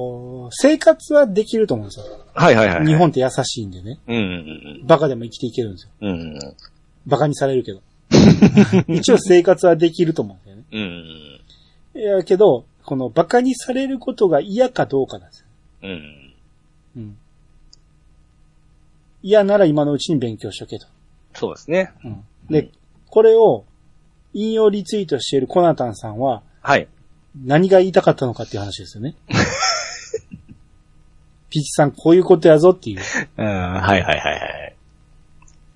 [SPEAKER 1] ー生活はできると思うんですよ。
[SPEAKER 2] はいはいはい。
[SPEAKER 1] 日本っ。て優しいんでね。
[SPEAKER 2] うんうん
[SPEAKER 1] バカでも生きていけるんですよ。
[SPEAKER 2] うん。うんうん
[SPEAKER 1] バカにされるけ ど。一応生活はできると思うんだよね。
[SPEAKER 2] うん。うん
[SPEAKER 1] いや、けど、このバカにされることが嫌かどうかなんですよ。
[SPEAKER 2] うん。
[SPEAKER 1] うん。嫌なら今のうちに勉強しとけと。
[SPEAKER 2] そうですね。
[SPEAKER 1] うん。
[SPEAKER 2] う
[SPEAKER 1] で
[SPEAKER 2] ん、
[SPEAKER 1] これを引用リツイートしているコナタンさんは
[SPEAKER 2] はい。
[SPEAKER 1] 何が言いたかったのかっていう話ですよ ね。ピーチさんこういうことやぞっていう。
[SPEAKER 2] うん、はいはいはいはい。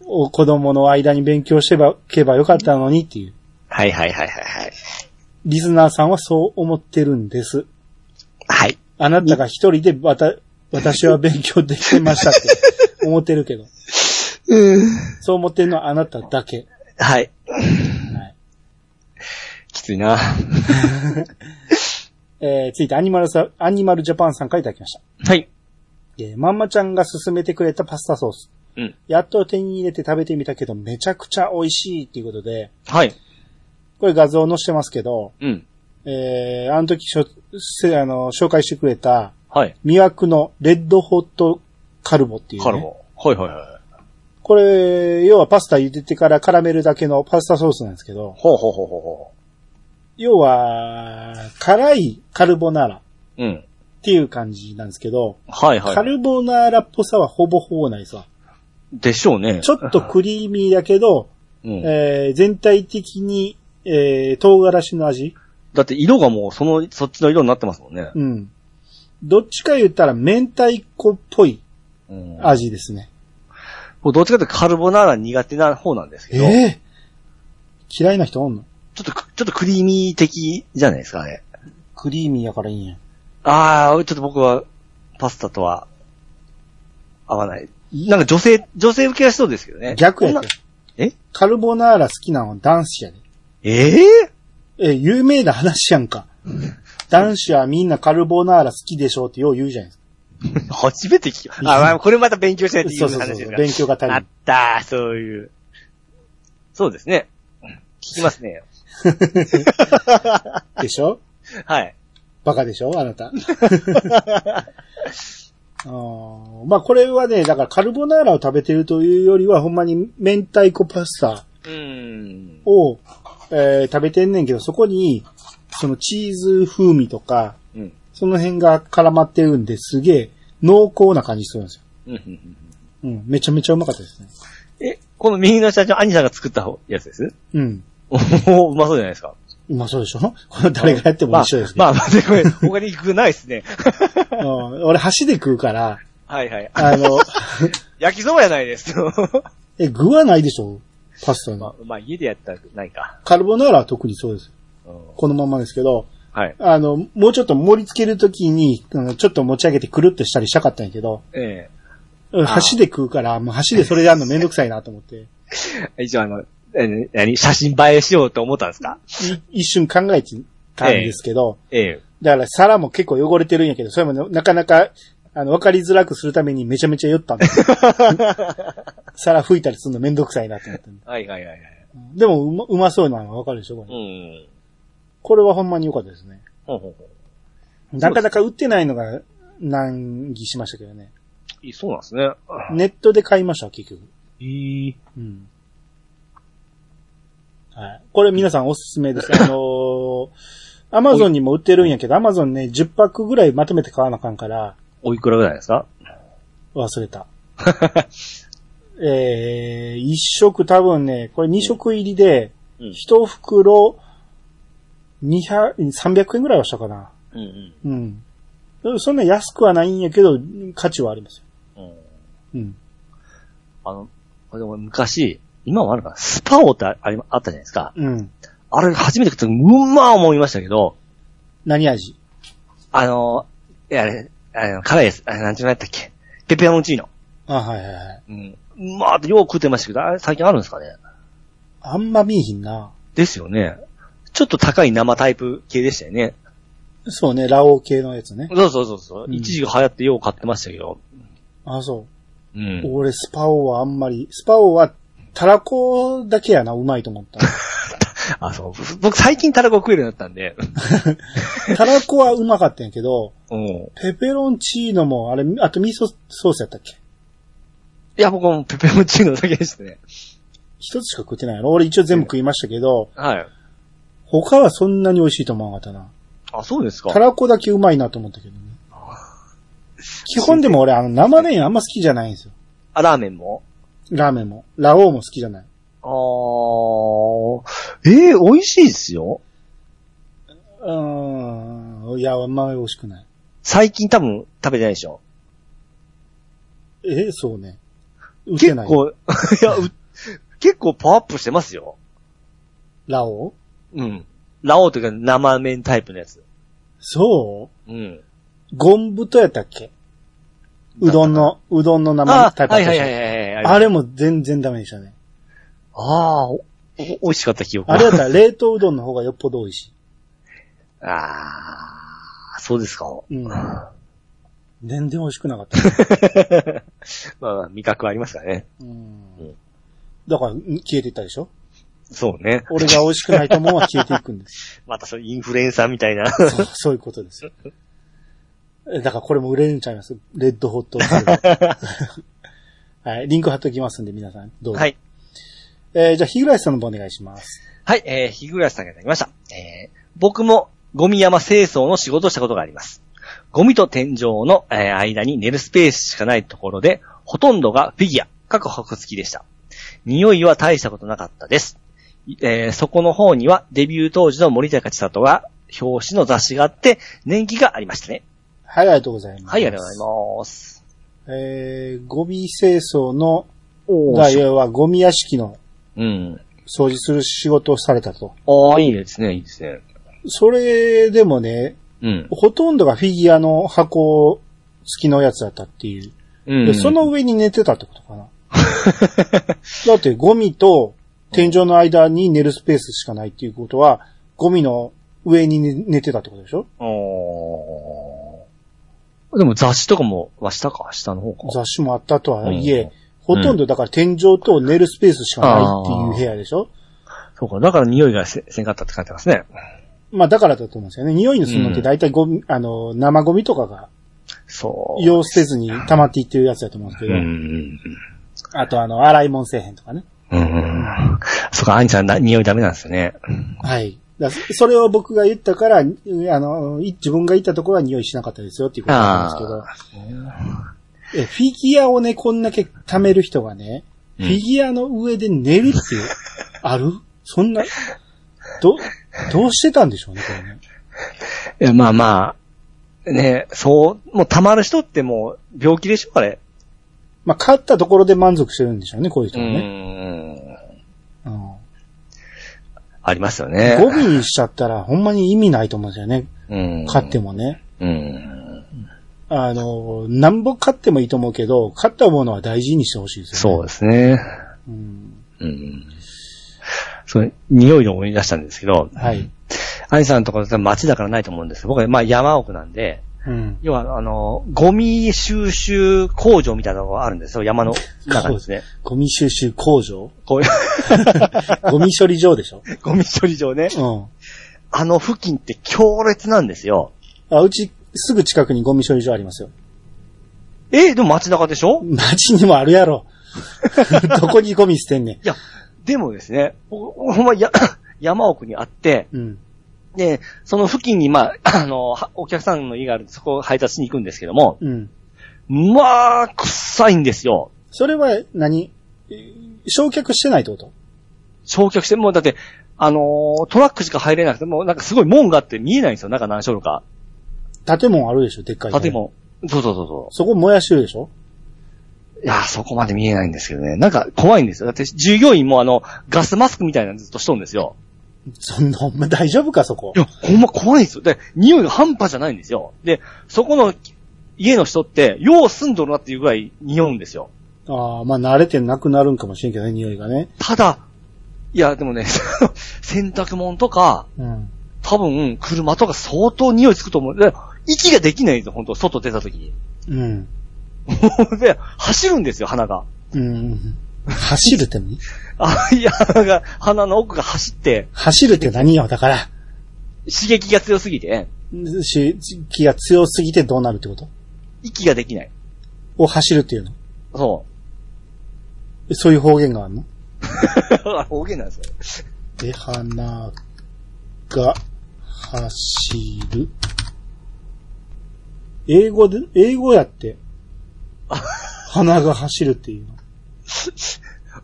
[SPEAKER 1] お子供の間に勉強してばけばよかったのにっていう。
[SPEAKER 2] はいはいはいはいはい。
[SPEAKER 1] リスナーさんはそう思ってるんです。
[SPEAKER 2] はい。
[SPEAKER 1] あなたが一人でわた、私は勉強できてました って思ってるけど。そう思ってるのはあなただけ。
[SPEAKER 2] はい。
[SPEAKER 1] はい
[SPEAKER 2] きついな。
[SPEAKER 1] えー、ついてアニマルさ、アニマルジャパンさんからいただきました。
[SPEAKER 2] はい。
[SPEAKER 1] えーまんまちゃんが勧めてくれたパスタソース。
[SPEAKER 2] うん。
[SPEAKER 1] やっと手に入れて食べてみたけど、めちゃくちゃ美味しいっていうことで、
[SPEAKER 2] はい。
[SPEAKER 1] これ画像載せてますけど、
[SPEAKER 2] うん。
[SPEAKER 1] えー、あの時しょ、せあの、紹介してくれた、
[SPEAKER 2] はい。
[SPEAKER 1] 魅惑のレッドホットカルボっていう、ね。
[SPEAKER 2] カルボ。はいはいはい。
[SPEAKER 1] これ、要はパスタ茹でてから絡めるだけのパスタソースなんですけど、
[SPEAKER 2] ほうほうほうほうほ
[SPEAKER 1] 要は、辛いカルボナーラっ
[SPEAKER 2] う。うん。
[SPEAKER 1] ていう感じなんですけど、
[SPEAKER 2] はいはい。
[SPEAKER 1] カルボナーラっぽさはほぼほぼないさ。
[SPEAKER 2] でしょうね。
[SPEAKER 1] ちょっとクリーミーだけど、
[SPEAKER 2] うん。
[SPEAKER 1] えー全体的に、えー唐辛子の味
[SPEAKER 2] だって色がもうその、そっちの色になってますもんね。
[SPEAKER 1] うん。どっちか言ったら明太子っぽい
[SPEAKER 2] うん。
[SPEAKER 1] 味ですね。
[SPEAKER 2] 僕どっちかというとカルボナーラ苦手な方なんですけど、ちょ
[SPEAKER 1] えー嫌いな人おんの
[SPEAKER 2] っとく、ちょっとクリーミー的じゃないですかね。
[SPEAKER 1] クリーミーやからいいんや。
[SPEAKER 2] ああ、ちょっと僕は、パスタとは、合わない。なんか女性、女性受けがしそうですけどね。
[SPEAKER 1] 逆や
[SPEAKER 2] こん
[SPEAKER 1] て
[SPEAKER 2] な。え
[SPEAKER 1] カルボナーラ好きなのは男子やで。
[SPEAKER 2] ええ
[SPEAKER 1] えー、有名な話やんか。男子はみんなカルボナーラ好きでしょうってよう言うじゃないですか。
[SPEAKER 2] 初めて聞きました。あ、まあ、これまた勉強しないといけ
[SPEAKER 1] そう
[SPEAKER 2] ない
[SPEAKER 1] そう
[SPEAKER 2] 話です
[SPEAKER 1] そ
[SPEAKER 2] か
[SPEAKER 1] う。
[SPEAKER 2] ら。
[SPEAKER 1] 勉強が足り
[SPEAKER 2] あ
[SPEAKER 1] な
[SPEAKER 2] っ
[SPEAKER 1] い。
[SPEAKER 2] たー、そういう。そうですね。聞きますね。
[SPEAKER 1] でしょ
[SPEAKER 2] はい。
[SPEAKER 1] バカでしょあなた。あ ーまあこれはね、だからカルボナーラを食べてるというよりは、ほんまに明太子パスタ
[SPEAKER 2] うーん。
[SPEAKER 1] を、えー食べてんねんけど、そこに、そのチーズ風味とか、
[SPEAKER 2] うん。
[SPEAKER 1] その辺が絡まってるんですげえ濃厚な感じするんですよ。
[SPEAKER 2] うん。
[SPEAKER 1] うん、めちゃめちゃうまかったですね。
[SPEAKER 2] え、この右の社長、兄さんが作ったやつです
[SPEAKER 1] うん。
[SPEAKER 2] おーうまそうじゃないですか。
[SPEAKER 1] うまそうでしょ これ誰がやっても一緒ですね。
[SPEAKER 2] まあ、まあ、待って、これ、他に行くないですね。
[SPEAKER 1] うん俺箸で食うから、
[SPEAKER 2] はいはい。あ
[SPEAKER 1] あ の、
[SPEAKER 2] 焼きそばじゃないです。
[SPEAKER 1] え、具はないでしょパスタ
[SPEAKER 2] ま
[SPEAKER 1] の。
[SPEAKER 2] あ、まあ、家でやったらないか。
[SPEAKER 1] カルボナーラは特にそうです。
[SPEAKER 2] うん
[SPEAKER 1] このままですけど、
[SPEAKER 2] はい。
[SPEAKER 1] あの、もうちょっと盛り付けるときに、あのちょっと持ち上げてくるっとしたりしたかったんやけど、
[SPEAKER 2] え
[SPEAKER 1] 箸で食うから、もう箸でそれやるのめんどくさいなと思 って、
[SPEAKER 2] え一応あの、え何、写真映えしようと思ったんですか
[SPEAKER 1] い一瞬考えてたんですけど、
[SPEAKER 2] ええ。
[SPEAKER 1] だから皿も結構汚れてるんやけど、それもななかなか、あの、わかりづらくするためにめちゃめちゃ酔ったん ですよ皿拭いたりするのめんどくさいなと思って。
[SPEAKER 2] はいはいはいはい。
[SPEAKER 1] でもうま、うまそうなのはわかるでしょこ
[SPEAKER 2] う
[SPEAKER 1] れ。
[SPEAKER 2] ん。
[SPEAKER 1] これはほんまに良かったですね。
[SPEAKER 2] ほうほうほ
[SPEAKER 1] なかなか売ってないのが難儀しましたけどね。
[SPEAKER 2] ういいそうなんですね。
[SPEAKER 1] ネットで買いました、結局。
[SPEAKER 2] いい。
[SPEAKER 1] うん。はい。これ皆さんおすすめ です。あのー、アマゾンにも売ってるんやけど、アマゾンね、10パックぐらいまとめて買わなあかんから、
[SPEAKER 2] おいくらぐらいですか
[SPEAKER 1] 忘れ た。えー、1食多分ね、これ2食入りで、
[SPEAKER 2] うん
[SPEAKER 1] 1袋、200、300円ぐらいはしたかな。
[SPEAKER 2] うんうん。
[SPEAKER 1] うん。そんな安くはないんやけど、価値はありますよ。
[SPEAKER 2] う
[SPEAKER 1] う
[SPEAKER 2] ん
[SPEAKER 1] ん。
[SPEAKER 2] あの、でも昔、今もあるかな、スパオってあありあったじゃないですか。
[SPEAKER 1] うん。
[SPEAKER 2] あれ初めて食った時うんまー思いましたけど、
[SPEAKER 1] 何味
[SPEAKER 2] あの、いやあれ、あの辛いやつ、あれ、なんちゅうのやったっけペペロンチーノ。
[SPEAKER 1] あ、はいはいはい。
[SPEAKER 2] うん。まあ、よう食うてましたけど、あれ最近あるんですかね。
[SPEAKER 1] あんま見えひんな。
[SPEAKER 2] ですよね。ちょっと高い生タイプ系でしたよね。
[SPEAKER 1] そうね、ラオウ系のやつね。
[SPEAKER 2] そうそうそうそう、
[SPEAKER 1] うん
[SPEAKER 2] 一時期流行ってよう買ってましたけど。
[SPEAKER 1] あ、そうう。
[SPEAKER 2] ん。
[SPEAKER 1] 俺、スパオはあんまり、スパオは、タラコだけやな、うまいと思 った。
[SPEAKER 2] あ、そう。僕最近タラコ食えるようになったんで。
[SPEAKER 1] タラコはうまかったんやけど、
[SPEAKER 2] うん。
[SPEAKER 1] ペペロンチーノも、あれ、あとミーソソースやったっけ
[SPEAKER 2] いや、僕はもうペペロンチーノだけでしたね。
[SPEAKER 1] 一つしか食ってないの俺一応全部食いましたけど、
[SPEAKER 2] はい。
[SPEAKER 1] 他はそんなに美味しいと思わなかったな。
[SPEAKER 2] あ、そうですか
[SPEAKER 1] タ。ラコだけうまいなと思ったけどね。基本でも俺、あの、生麺あんま好きじゃないんですよ。
[SPEAKER 2] あ、ラーメンも
[SPEAKER 1] ラーメンも。ラオウも好きじゃない。
[SPEAKER 2] あー。えー、美味しいですよ。
[SPEAKER 1] うーん。いや、あんま美味しくない。
[SPEAKER 2] 最近多分食べてないでしょ。
[SPEAKER 1] え、そうね。売って
[SPEAKER 2] 結
[SPEAKER 1] ない。
[SPEAKER 2] 構、い や、う結構パワーアップしてますよ。
[SPEAKER 1] ラオウ
[SPEAKER 2] うん。ラオウというか生麺タイプのやつ。
[SPEAKER 1] そ
[SPEAKER 2] うん。
[SPEAKER 1] うゴンブトやったっけうどんの、うどんの生
[SPEAKER 2] あ
[SPEAKER 1] タイプ
[SPEAKER 2] は
[SPEAKER 1] や
[SPEAKER 2] い
[SPEAKER 1] った
[SPEAKER 2] は
[SPEAKER 1] っ
[SPEAKER 2] い
[SPEAKER 1] け
[SPEAKER 2] はいはいはい。
[SPEAKER 1] あれも全然ダメでしたね。
[SPEAKER 2] ああ、おお美味しかった記憶が
[SPEAKER 1] あれやったら冷凍うどんの方がよっぽど美味し
[SPEAKER 2] ああ、そうです か。
[SPEAKER 1] い。うん。
[SPEAKER 2] ま
[SPEAKER 1] 全然美味しくなか った。
[SPEAKER 2] あ、味覚はありますからね。
[SPEAKER 1] うん。だから、ん消えていったでしょ
[SPEAKER 2] そうね。
[SPEAKER 1] 俺が美味しくないと思うは消えていくん です。
[SPEAKER 2] またそう、インフルエンサーみたいな。
[SPEAKER 1] そうそういうことですよ。えだからこれも売れるんちゃいますレッドホットオークル はい。リンク貼っときますんで、皆さん、どうぞ。
[SPEAKER 2] はい。
[SPEAKER 1] えーじゃあ、日暮さんの方お願いします。
[SPEAKER 2] はい、えー、日暮さんがいただきました。えー、僕もゴミ山清掃の仕事をしたことがあります。ゴミと天井の、えー間に寝るスペースしかないところで、ほとんどがフィギュア、各箱付きでした。匂いは大したことなかったです。いえーそこの方にはデビュー当時の森高千里が表紙の雑誌があって、年季がありましたね。
[SPEAKER 1] はい、ありがとうございます。
[SPEAKER 2] はい、ありがとうございます。
[SPEAKER 1] えー、ゴミ清掃の、
[SPEAKER 2] お
[SPEAKER 1] が要はゴミ屋敷の
[SPEAKER 2] うん。
[SPEAKER 1] 掃除する仕事をされたと。
[SPEAKER 2] ああ、いいですね、いいですね。
[SPEAKER 1] それでもね、
[SPEAKER 2] うん。
[SPEAKER 1] ほとんどがフィギュアの箱付きのやつだったっていう。
[SPEAKER 2] う
[SPEAKER 1] で
[SPEAKER 2] ん。
[SPEAKER 1] その、上に寝てたってこと かな。だってゴミと天井の間に寝るスペースしかないっていうことは、ゴミの上に寝寝てたってことでしょ
[SPEAKER 2] おーでも雑誌とかも、は下か、下の方か。
[SPEAKER 1] 雑誌もあったとはいえ、
[SPEAKER 2] うん
[SPEAKER 1] ほとんどだから天井と寝るスペースしかないっていう部屋でしょ、
[SPEAKER 2] そうか、だから匂いがせせんかったって書いてますね。
[SPEAKER 1] まあだからだと思うんですよね。匂いのするのって大体ゴミ、あの、生ゴミとかが
[SPEAKER 2] そう。
[SPEAKER 1] 要せずに溜まっていってるやつだと思うんですけ
[SPEAKER 2] う
[SPEAKER 1] ど、
[SPEAKER 2] ん。
[SPEAKER 1] あとあの、洗い物せえへんとかね。
[SPEAKER 2] うん。そうか、アニさんな、匂いダメなんですよね。
[SPEAKER 1] はい。だそそれを僕が言ったから、あの、い自分が行ったところは匂いしなかったですよっていうことなんですけど、えフィギュアをね、こんだけ貯める人がね、フ
[SPEAKER 2] うん
[SPEAKER 1] ィギュアの上で寝るって、あるそんな、ど、どうしてたんでしょうね、これね。
[SPEAKER 2] いや、まあまあ、ね、そう、もう溜まる人ってもう、病気でしょ、あれ。
[SPEAKER 1] まあ、勝ったところで満足してるんでしょうね、こういう人
[SPEAKER 2] う
[SPEAKER 1] はね。
[SPEAKER 2] ん。
[SPEAKER 1] うん
[SPEAKER 2] ありますよね。
[SPEAKER 1] ゴミにしちゃったら、ほんまに意味ないと思うんですよね、
[SPEAKER 2] うん。
[SPEAKER 1] 勝ってもね。
[SPEAKER 2] うん。
[SPEAKER 1] あの、なんぼ勝ってもいいと思うけど、勝ったものは大事にしてほしいです
[SPEAKER 2] そ
[SPEAKER 1] よ
[SPEAKER 2] う
[SPEAKER 1] ね。
[SPEAKER 2] ですね。
[SPEAKER 1] そう。ん、
[SPEAKER 2] うん。それ、匂いで思い出したんですけど、
[SPEAKER 1] はい。
[SPEAKER 2] アニさんのところは街だからないと思うんですけど僕はまあ山奥なんで、
[SPEAKER 1] うん。
[SPEAKER 2] 要はあの、ゴミ収集工場みたいなのがあるんですよ、山の中ですね。
[SPEAKER 1] ゴミ収集工場
[SPEAKER 2] こういう、
[SPEAKER 1] ゴミ処理場で しょ
[SPEAKER 2] ゴミ処理場ね。
[SPEAKER 1] う
[SPEAKER 2] あの付近って強烈なんですよ。
[SPEAKER 1] ん。あ、うち、すぐ近くにゴミ処理場ありますよ。
[SPEAKER 2] え、でも街中でしょ
[SPEAKER 1] 街にもあるやろ。 どこにゴミ捨てんねん。
[SPEAKER 2] いや、でもですね、ほほんまや、 山奥にあって、
[SPEAKER 1] うん。
[SPEAKER 2] で、その付近にまあ、 あの、はお客さんの家があるんで、そこを配達しに行くんですけども、
[SPEAKER 1] うん。
[SPEAKER 2] まあ、臭いんですよ。
[SPEAKER 1] それは何、焼却してないってこと
[SPEAKER 2] 焼却して、もうだって、あのートラックしか入れなくて、もうなんかすごい門があって見えないんですよ、中何所路か。
[SPEAKER 1] 建物あるでしょでっかい。
[SPEAKER 2] 建。物。そうそうそうそ
[SPEAKER 1] そこ燃やしてるでしょ
[SPEAKER 2] う。いやー、そこまで見えないんですけどね。なんか怖いんですよ。だって従業員もあの、ガスマスクみたいなのずっとしとるんですよ。
[SPEAKER 1] そんな、お前大丈夫か、そこ
[SPEAKER 2] い。や、ほんま怖いんですよ。で、匂いが半端じゃないんですよ。で、そこの家の人って、よう住んどるなっていうぐらい匂うんですよ。
[SPEAKER 1] ああ、まあ慣れてなくなるんかもしれんけどね、匂いがね。
[SPEAKER 2] ただ、いや、でもね、 洗濯物とか、
[SPEAKER 1] うん。
[SPEAKER 2] 多分、車とか相当匂いつくと思う。で息ができないんですよ、本当外出た時に。
[SPEAKER 1] うん。
[SPEAKER 2] もう で、走るんですよ、鼻が。
[SPEAKER 1] うん。走るって何
[SPEAKER 2] あ、いや、鼻が鼻の奥が走って、
[SPEAKER 1] 走るって何よ、だから。
[SPEAKER 2] 刺激が強すぎて、
[SPEAKER 1] し、気が強すぎてどうなるってこと
[SPEAKER 2] 息ができない。
[SPEAKER 1] を走るっていうの。
[SPEAKER 2] そ
[SPEAKER 1] えそういう方言があるの
[SPEAKER 2] う。 大げなんですよ。
[SPEAKER 1] で、花が走る。英語で、英語やって。花が走るっていう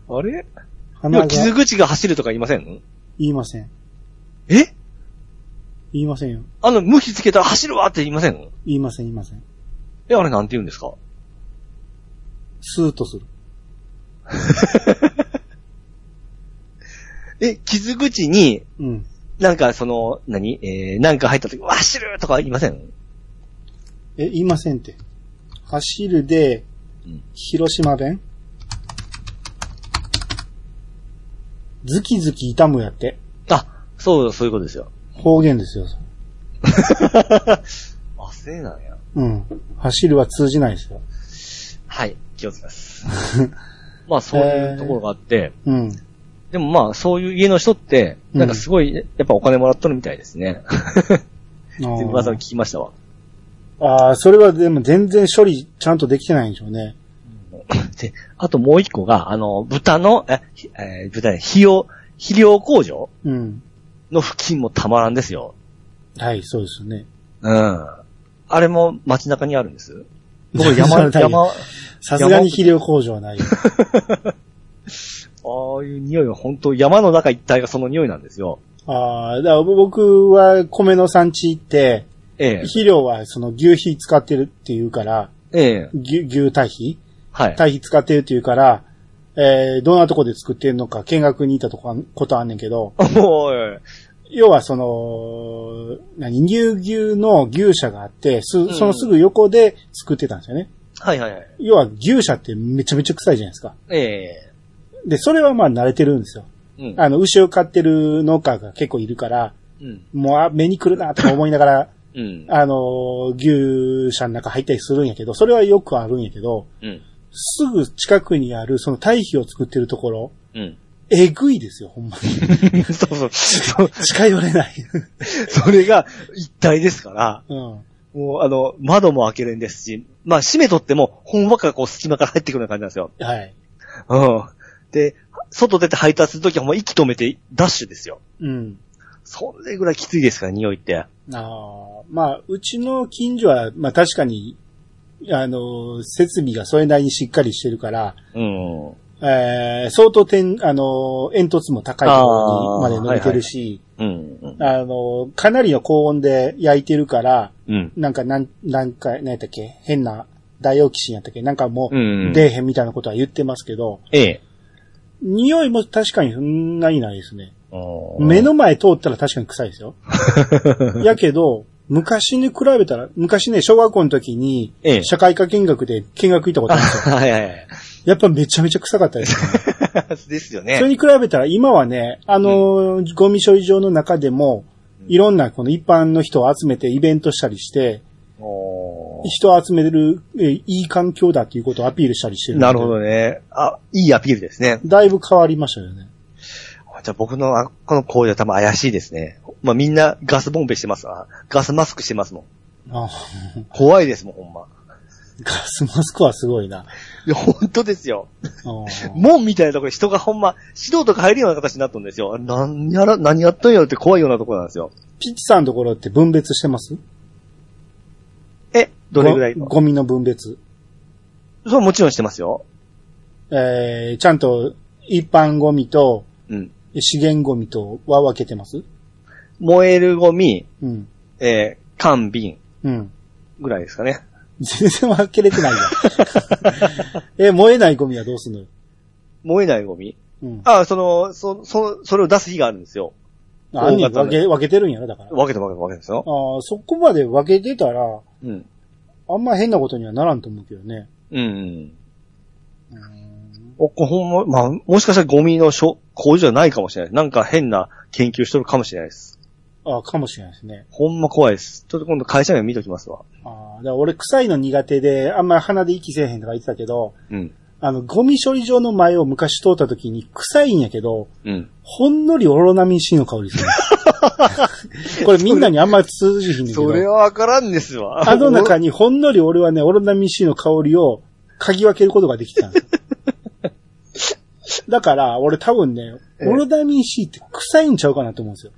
[SPEAKER 1] の。
[SPEAKER 2] あれで
[SPEAKER 1] 花
[SPEAKER 2] も、
[SPEAKER 1] が
[SPEAKER 2] 傷口が走るとか言いません
[SPEAKER 1] 言いません。
[SPEAKER 2] え
[SPEAKER 1] 言いませんよ。
[SPEAKER 2] あの、無比つけたら走るわって言いません
[SPEAKER 1] 言いません、言いません。
[SPEAKER 2] え、あれなんて言うんですか
[SPEAKER 1] スーッとする。
[SPEAKER 2] え、傷口に、
[SPEAKER 1] うん。
[SPEAKER 2] なんかその、何えー、なんか入った時、わ走るとか言いません
[SPEAKER 1] え、言いませんって。走るで
[SPEAKER 2] うん、
[SPEAKER 1] 広島弁ズキズキ痛むやって。
[SPEAKER 2] あ、そう、そういうことですよ。
[SPEAKER 1] 方言ですよ。それ
[SPEAKER 2] あ、せいなんや。
[SPEAKER 1] うん。走るは通じないですよ。
[SPEAKER 2] はい、気をつけ ます。まあ、そういうところがあって、
[SPEAKER 1] うん。
[SPEAKER 2] でもまあ、そういう家の人って、なんかすごい、やっぱお金もらっとるみたいですね。
[SPEAKER 1] あ
[SPEAKER 2] って
[SPEAKER 1] ー
[SPEAKER 2] 噂を聞きましたわ。
[SPEAKER 1] ああ、それはでも全然処理ちゃんとできてないんでしょうね。
[SPEAKER 2] で、あともう一個が、あの、豚の、え、ひえー豚ね、肥料、肥料工場
[SPEAKER 1] うん。
[SPEAKER 2] の付近もたまらんですよ。
[SPEAKER 1] はい、そうですよね。
[SPEAKER 2] うん。あれも街中にあるん です。僕山、
[SPEAKER 1] それはない
[SPEAKER 2] 山、あ
[SPEAKER 1] さすがに肥料工場はないよ。
[SPEAKER 2] あいう匂いは本当山の中一帯がその匂いなんですよ。
[SPEAKER 1] ああ、だから僕は米の産地行って、
[SPEAKER 2] ええ、
[SPEAKER 1] 肥料はその牛肥使ってるっていうから、
[SPEAKER 2] ええ、
[SPEAKER 1] 牛、牛堆肥
[SPEAKER 2] はい。
[SPEAKER 1] 堆肥使ってるっていうから、えー、どんなとこで作ってんのか見学に行ったとこことあんねんけど、
[SPEAKER 2] もう、
[SPEAKER 1] 要はその、何、乳牛の牛舎があって、す、そのすぐ横で作ってたんですよね。
[SPEAKER 2] はいはいはい。
[SPEAKER 1] 要は牛舎ってめちゃめちゃ臭いじゃないですか。
[SPEAKER 2] ええ、
[SPEAKER 1] で、それはまあ慣れてるんですよ。
[SPEAKER 2] うん。
[SPEAKER 1] あの、牛を飼ってる農家が結構いるから、
[SPEAKER 2] うん。
[SPEAKER 1] もうあ目に来るなとか思いながら、
[SPEAKER 2] うん。
[SPEAKER 1] あの、牛舎の中入ったりするんやけど、それはよくあるんやけど、
[SPEAKER 2] うん。
[SPEAKER 1] すぐ近くにあるその堆肥を作ってるところ、
[SPEAKER 2] うん。
[SPEAKER 1] えぐいですよ、ほんまに。
[SPEAKER 2] そうそう。そう
[SPEAKER 1] 近寄れ ない。
[SPEAKER 2] それが一体ですから、
[SPEAKER 1] うん。
[SPEAKER 2] もうあの、窓も開けれんですし、まあ閉めとっても、ほんわかこう隙間から入ってくるような感じなんですよ。
[SPEAKER 1] はい。
[SPEAKER 2] うん。で、外出て配達するときはもう息止めてダッシュですよ。
[SPEAKER 1] うん。
[SPEAKER 2] それぐらいきついですから、匂いって。
[SPEAKER 1] あーまあ、うちの近所は、まあ確かに、あの、設備がそれなりにしっかりしてるから、
[SPEAKER 2] うん。うん。
[SPEAKER 1] えー相当点、あの、煙突も高いところにまで伸びてるし、
[SPEAKER 2] うん。
[SPEAKER 1] あ,、の、かなりの高温で焼いてるから、
[SPEAKER 2] うん。
[SPEAKER 1] なんか、なん、なんか、何やったっけ変な、ダイオキシンやったっけなんかもう、
[SPEAKER 2] うん
[SPEAKER 1] 出えへんみたいなことは言ってますけど、
[SPEAKER 2] ええ。
[SPEAKER 1] 匂いも確かにそんなにないですね。
[SPEAKER 2] うん
[SPEAKER 1] 目の前通ったら確かに臭いですよ。やけど、昔に比べたら、昔ね、小学校の時に
[SPEAKER 2] ええ、
[SPEAKER 1] 社会科見学で見学行ったことあるんですよ。
[SPEAKER 2] はいはい はい。
[SPEAKER 1] やっぱめちゃめちゃ臭かったです。
[SPEAKER 2] ですよ
[SPEAKER 1] それ
[SPEAKER 2] ね。
[SPEAKER 1] に比べたら今はね、あのーゴミ処理場の中でも、いろんなこの一般の人を集めてイベントしたりして、
[SPEAKER 2] おー
[SPEAKER 1] 人を集める、えいい環境だっていうことをアピールしたりしてるんで。
[SPEAKER 2] なるほどね。あ、いいアピールですね。
[SPEAKER 1] だいぶ変わりましたよね。
[SPEAKER 2] じゃあ僕のあこの工場多分怪しいですね。まあ、みんなガスボンベしてますわ。ガスマスクしてますもん。
[SPEAKER 1] あ
[SPEAKER 2] 怖いですもん、ほんま。
[SPEAKER 1] ガスマスクはすごいな。
[SPEAKER 2] いや、本当ですよ。
[SPEAKER 1] あ
[SPEAKER 2] 門みたいなところに人がほんま、素人が入るような形になったんですよ。何やら、何やったんやろって怖いようなところなんですよ。
[SPEAKER 1] ピッチさんのところって分別してます
[SPEAKER 2] え、どれぐらい
[SPEAKER 1] ゴ
[SPEAKER 2] の
[SPEAKER 1] ゴミの分別。
[SPEAKER 2] そう、もちろんしてますよ。
[SPEAKER 1] えー、ちゃんと一般ゴミと
[SPEAKER 2] うん。
[SPEAKER 1] 資源ゴミとは分けてます
[SPEAKER 2] 燃えるゴミ、
[SPEAKER 1] うん。
[SPEAKER 2] えー、缶瓶
[SPEAKER 1] うん。
[SPEAKER 2] ぐらいですかね。
[SPEAKER 1] 全然分けれてない やん。え、燃えないゴミはどうすんのよ。
[SPEAKER 2] 燃えないゴミ。
[SPEAKER 1] うん。
[SPEAKER 2] あ、その、そ、そ、それを出す日があるんですよ。
[SPEAKER 1] あ、に
[SPEAKER 2] 大型
[SPEAKER 1] 分
[SPEAKER 2] の
[SPEAKER 1] け、分けてるんやろ、だから。あ
[SPEAKER 2] 分けて分けて分けてですよ。
[SPEAKER 1] ーそこまで分けてたら、
[SPEAKER 2] うん。
[SPEAKER 1] あんま変なことにはならんと思うけどね。
[SPEAKER 2] うん。お、こほんま、まあ、もしかしたらゴミのしょ工場じゃないかもしれない。なんか変な研究しとるかもしれないです。
[SPEAKER 1] ああ、かもしれないですね。
[SPEAKER 2] ほんま怖いです。ちょっと今度会社名見ときますわ。
[SPEAKER 1] ああ、だから俺臭いの苦手で、あんま鼻で息せえへんとか言ってたけど、
[SPEAKER 2] うん。
[SPEAKER 1] あの、ゴミ処理場の前を昔通った時に臭いんやけど、
[SPEAKER 2] うん。
[SPEAKER 1] ほんのりオロナミン C の香りする。 これみんなにあんま通じひんねんけど。
[SPEAKER 2] それはわからんですわ。
[SPEAKER 1] あの中にほんのり俺はね、オロナミン C の香りを嗅ぎ分けることができたん ですよだから、俺多分ね、
[SPEAKER 2] ええ
[SPEAKER 1] オロナミン C って臭いんちゃうかなと思うんですよ。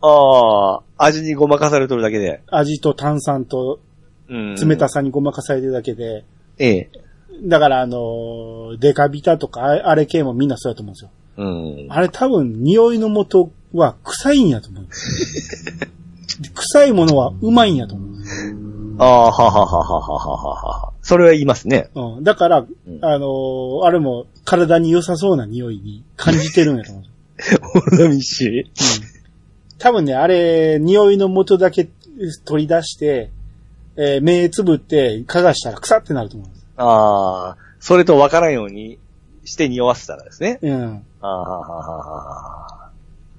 [SPEAKER 2] ああ、味にごまかされとるだけで。
[SPEAKER 1] 味と炭酸と
[SPEAKER 2] うん
[SPEAKER 1] 冷た。さにごまかされてるだけで。
[SPEAKER 2] ええ。
[SPEAKER 1] だから、あのーデカビタとか、ああれ系もみんなそうやと思うんですよ。
[SPEAKER 2] うん。
[SPEAKER 1] あれ多分、匂いの元は臭いんやと 思うんですよ。で臭いものはうまいんやと思うんですよ。
[SPEAKER 2] ああ、ははははははは。それは言いますね。
[SPEAKER 1] うん、だから、
[SPEAKER 2] ん
[SPEAKER 1] あのーあれも体に良さそうな匂いに感じてるんやと 思うんですよ
[SPEAKER 2] オロナミン C。
[SPEAKER 1] 多分ね、あれ、匂いの元だけ取り出して、えー目つぶって、嗅がしたら臭ってなると思うんです。
[SPEAKER 2] ああ、それとわからんようにして匂わせたらですね。
[SPEAKER 1] うん。
[SPEAKER 2] ああ、はははは。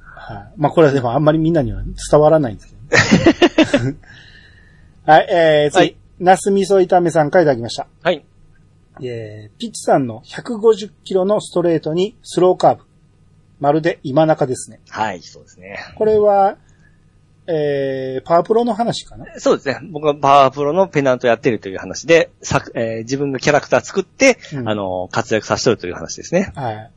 [SPEAKER 1] はい。まあ、これはでもあんまりみんなには伝わらないんですけど、ね。 はい、えー、次。
[SPEAKER 2] はい
[SPEAKER 1] ナス味噌炒めさんからいただきました。
[SPEAKER 2] はい。
[SPEAKER 1] えー、ピッチさんの150キロのストレートにスローカーブ。まるで今中ですね。
[SPEAKER 2] はい、そうですね。
[SPEAKER 1] これは、えー、パワープロの話かな
[SPEAKER 2] そうですね。僕はパワープロのペナントやってるという話で、作えー自分がキャラクター作って、
[SPEAKER 1] うん
[SPEAKER 2] あの、活躍させとるという話ですね。
[SPEAKER 1] はい。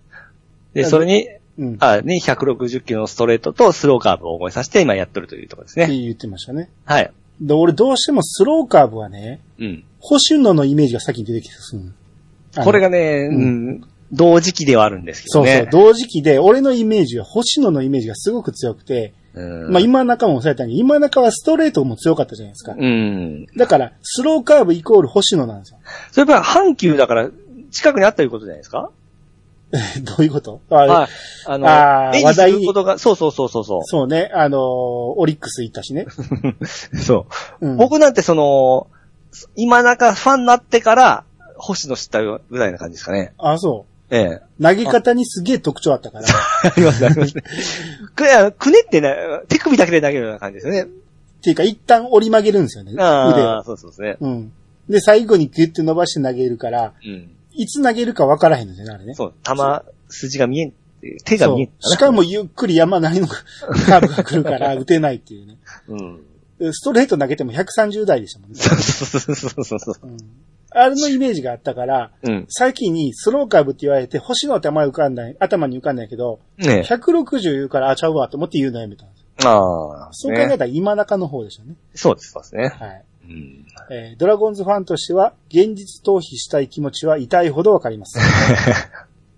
[SPEAKER 2] で、それに、
[SPEAKER 1] うん。っ
[SPEAKER 2] あね、160キロのストレートとスローカーブを覚えさせて今やっとるというところです
[SPEAKER 1] て
[SPEAKER 2] ね。
[SPEAKER 1] 言ってましたね。
[SPEAKER 2] はい。
[SPEAKER 1] で、俺どうしてもスローカーブはね、
[SPEAKER 2] うん。
[SPEAKER 1] 星野のイメージが先に出てきてする。
[SPEAKER 2] これがね、
[SPEAKER 1] う
[SPEAKER 2] うんん、同時期ではあるんですけ
[SPEAKER 1] あ
[SPEAKER 2] ど
[SPEAKER 1] の、そうそ
[SPEAKER 2] ね
[SPEAKER 1] う、。同時期で、俺のイメージは星野のイメージがすごく強くて、
[SPEAKER 2] うん。
[SPEAKER 1] まあ今中も抑えたんやけど、今中はストレートも強かったじゃないですか。
[SPEAKER 2] うん。
[SPEAKER 1] だから、スローカーブイコール星野なんですよ。
[SPEAKER 2] それやっぱり阪急だから、近くにあったということじゃないですか
[SPEAKER 1] どういうことあ
[SPEAKER 2] はい。あの、
[SPEAKER 1] あー
[SPEAKER 2] 目にすることが、そうそうそうそうそ
[SPEAKER 1] そうね、あのーオリックス行ったしね。
[SPEAKER 2] う。そう。
[SPEAKER 1] うん、
[SPEAKER 2] 僕なんてその、今なんかファンになってから、星野知ったぐらいな感じですかね。
[SPEAKER 1] あ、そ
[SPEAKER 2] ええ。
[SPEAKER 1] う。投げ方にすげえ特徴あったから。
[SPEAKER 2] あります、あり ます。くね、くねってね、手首だけで投げるような感じですよね。
[SPEAKER 1] っていうか、一旦折り曲げるんですよね、腕
[SPEAKER 2] ああ、
[SPEAKER 1] を。
[SPEAKER 2] そうそうですね。
[SPEAKER 1] うん。で、最後にギュッて伸ばして投げるから、
[SPEAKER 2] うん。
[SPEAKER 1] いつ投げるか分からへんのですよね、あれね。
[SPEAKER 2] そう、玉、筋が見えん、手が見えん。
[SPEAKER 1] そうしか、もゆっくり山なりの カーブが来るから打てないっていうね。
[SPEAKER 2] うん。
[SPEAKER 1] ストレート投げても130台でしたもんね。
[SPEAKER 2] そうそうそうそうそう。
[SPEAKER 1] うん、あれのイメージがあったから、
[SPEAKER 2] うん。
[SPEAKER 1] 先にスローカーブって言われて星の頭に浮かんだん、頭に浮かんだんやけど、
[SPEAKER 2] ね
[SPEAKER 1] 160言うから、あ、ちゃうわと思って言うのやめたんですよ。
[SPEAKER 2] ああ、
[SPEAKER 1] そう考え
[SPEAKER 2] ね
[SPEAKER 1] たら今中の方でしたね。
[SPEAKER 2] そうです、そうですね。
[SPEAKER 1] はい。
[SPEAKER 2] うん。
[SPEAKER 1] えードラゴンズファンとしては、現実逃避したい気持ちは痛いほどわかります。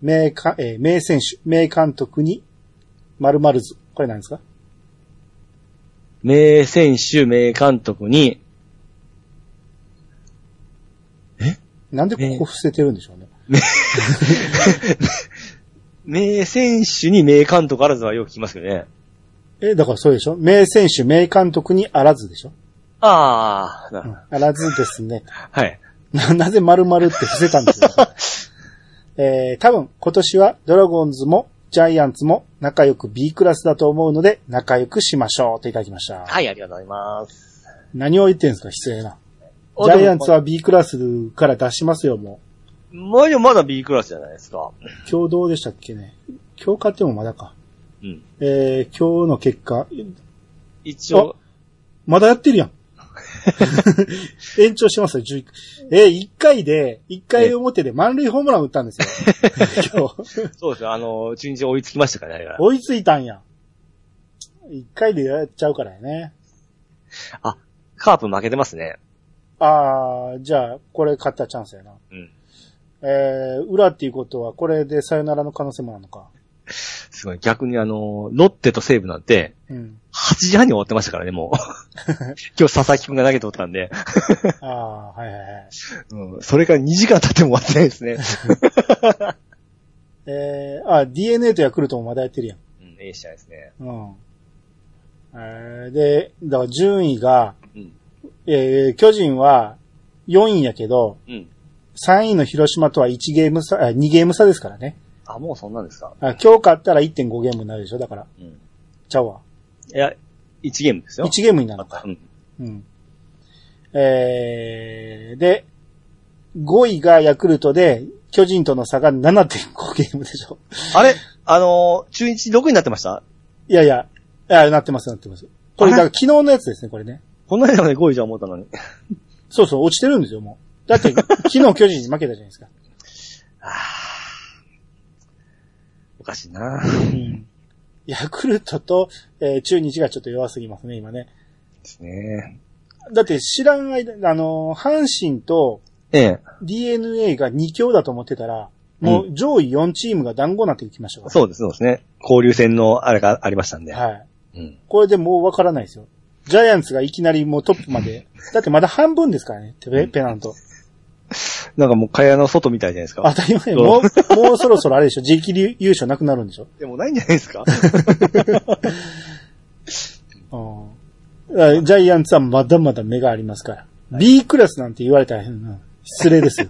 [SPEAKER 1] 名か、えー名選手、名監督に、〇〇図。これ何ですか
[SPEAKER 2] 名選手、名監督に、
[SPEAKER 1] なんでここ伏せてるんでしょうね。
[SPEAKER 2] 名選手に名監督あらずはよく聞きますけどね。
[SPEAKER 1] え、だからそうでしょ名選手、名監督にあらずでしょ、
[SPEAKER 2] ああ、な
[SPEAKER 1] う
[SPEAKER 2] る
[SPEAKER 1] ん
[SPEAKER 2] ほど。
[SPEAKER 1] あらずですね。
[SPEAKER 2] はい。
[SPEAKER 1] な、なぜ〇〇って伏せたんですか えー、多分今年はドラゴンズもジャイアンツも仲良く B クラスだと思うので仲良くしましょうといただきました。
[SPEAKER 2] はい、ありがとうございます。
[SPEAKER 1] 何を言ってんすか失礼な。ジャイアンツは B クラスから出しますよ、も
[SPEAKER 2] まだまだ B クラスじゃないですか。
[SPEAKER 1] う。今日どうでしたっけね今日勝ってもまだか。
[SPEAKER 2] うん。
[SPEAKER 1] えー、今日の結果、
[SPEAKER 2] 一応、
[SPEAKER 1] まだやってる やん。延長してますよ、11えー、1回で、1回表で満塁ホームラン打ったんですよ。今 日。
[SPEAKER 2] そうですね。あの、中日追いつきましたからね。あれは
[SPEAKER 1] 追いついたんや。1回でやっちゃうからやね。
[SPEAKER 2] カープ負けてますね。
[SPEAKER 1] あー、じゃあ、これ勝ったチャンスやな。
[SPEAKER 2] うん。
[SPEAKER 1] えー、裏っていうことは、これでさよならの可能性もあるのか。
[SPEAKER 2] すごい。逆にあの、ロッテと西武なんて、
[SPEAKER 1] うん。
[SPEAKER 2] 8時半に終わってましたからね、 もう。今日佐々木くんが投げておったんで、
[SPEAKER 1] あー、はいはいはい。
[SPEAKER 2] うん、それから2時間経っても終わってないですね。
[SPEAKER 1] えー、あ、DNA とヤクルトもまだやってるやん。
[SPEAKER 2] うん、ええ試合ですね。
[SPEAKER 1] うん。えー、で、だから順位が、
[SPEAKER 2] うん。
[SPEAKER 1] えー、巨人は4位やけど、
[SPEAKER 2] うん。
[SPEAKER 1] 3位の広島とは1ゲーム差、あ2ゲーム差ですからね。
[SPEAKER 2] あ、もうそんなんですか
[SPEAKER 1] あ今日勝ったら1.5ゲームになるでしょだから。
[SPEAKER 2] うん。い
[SPEAKER 1] ちゃうわ。
[SPEAKER 2] や、1ゲームですよ。
[SPEAKER 1] 1ゲームになるのか。
[SPEAKER 2] うん。
[SPEAKER 1] うん。えー、で、5位がヤクルトで、巨人との差が7.5ゲームでしょ。
[SPEAKER 2] あれあのー、中日6になってました
[SPEAKER 1] いやいや、あなってます、なってます。これ、だから昨日のやつですね、これね。
[SPEAKER 2] この間まで5位じゃ思ったのに。
[SPEAKER 1] そうそう、落ちてるんですよ、もう。だって、昨日巨人に負けたじゃないですか。
[SPEAKER 2] おかしいな
[SPEAKER 1] うん。ヤクルトと、えー中日がちょっと弱すぎますね、今ね。
[SPEAKER 2] ですね。
[SPEAKER 1] だって知らん間、あのー阪神と
[SPEAKER 2] ええ。
[SPEAKER 1] DNA が2強だと思ってたら、もう上位4チームが団子になってきましたから
[SPEAKER 2] そうです、そうですね。交流戦のあれがありましたんで。
[SPEAKER 1] はい。
[SPEAKER 2] うん。
[SPEAKER 1] これでもうわからないですよ。ジャイアンツがいきなりもうトップま で。だってまだ半分ですからね、ペペナント。
[SPEAKER 2] なんかもう蚊帳の外みたいじゃないですか。
[SPEAKER 1] 当たり前。もう、もうそろそろあれでしょ、自力優勝なくなるんでしょ。
[SPEAKER 2] でもないんじゃないですか
[SPEAKER 1] うん。だからジャイアンツはまだまだ目がありますから。B クラスなんて言われたら変な。失礼ですよ。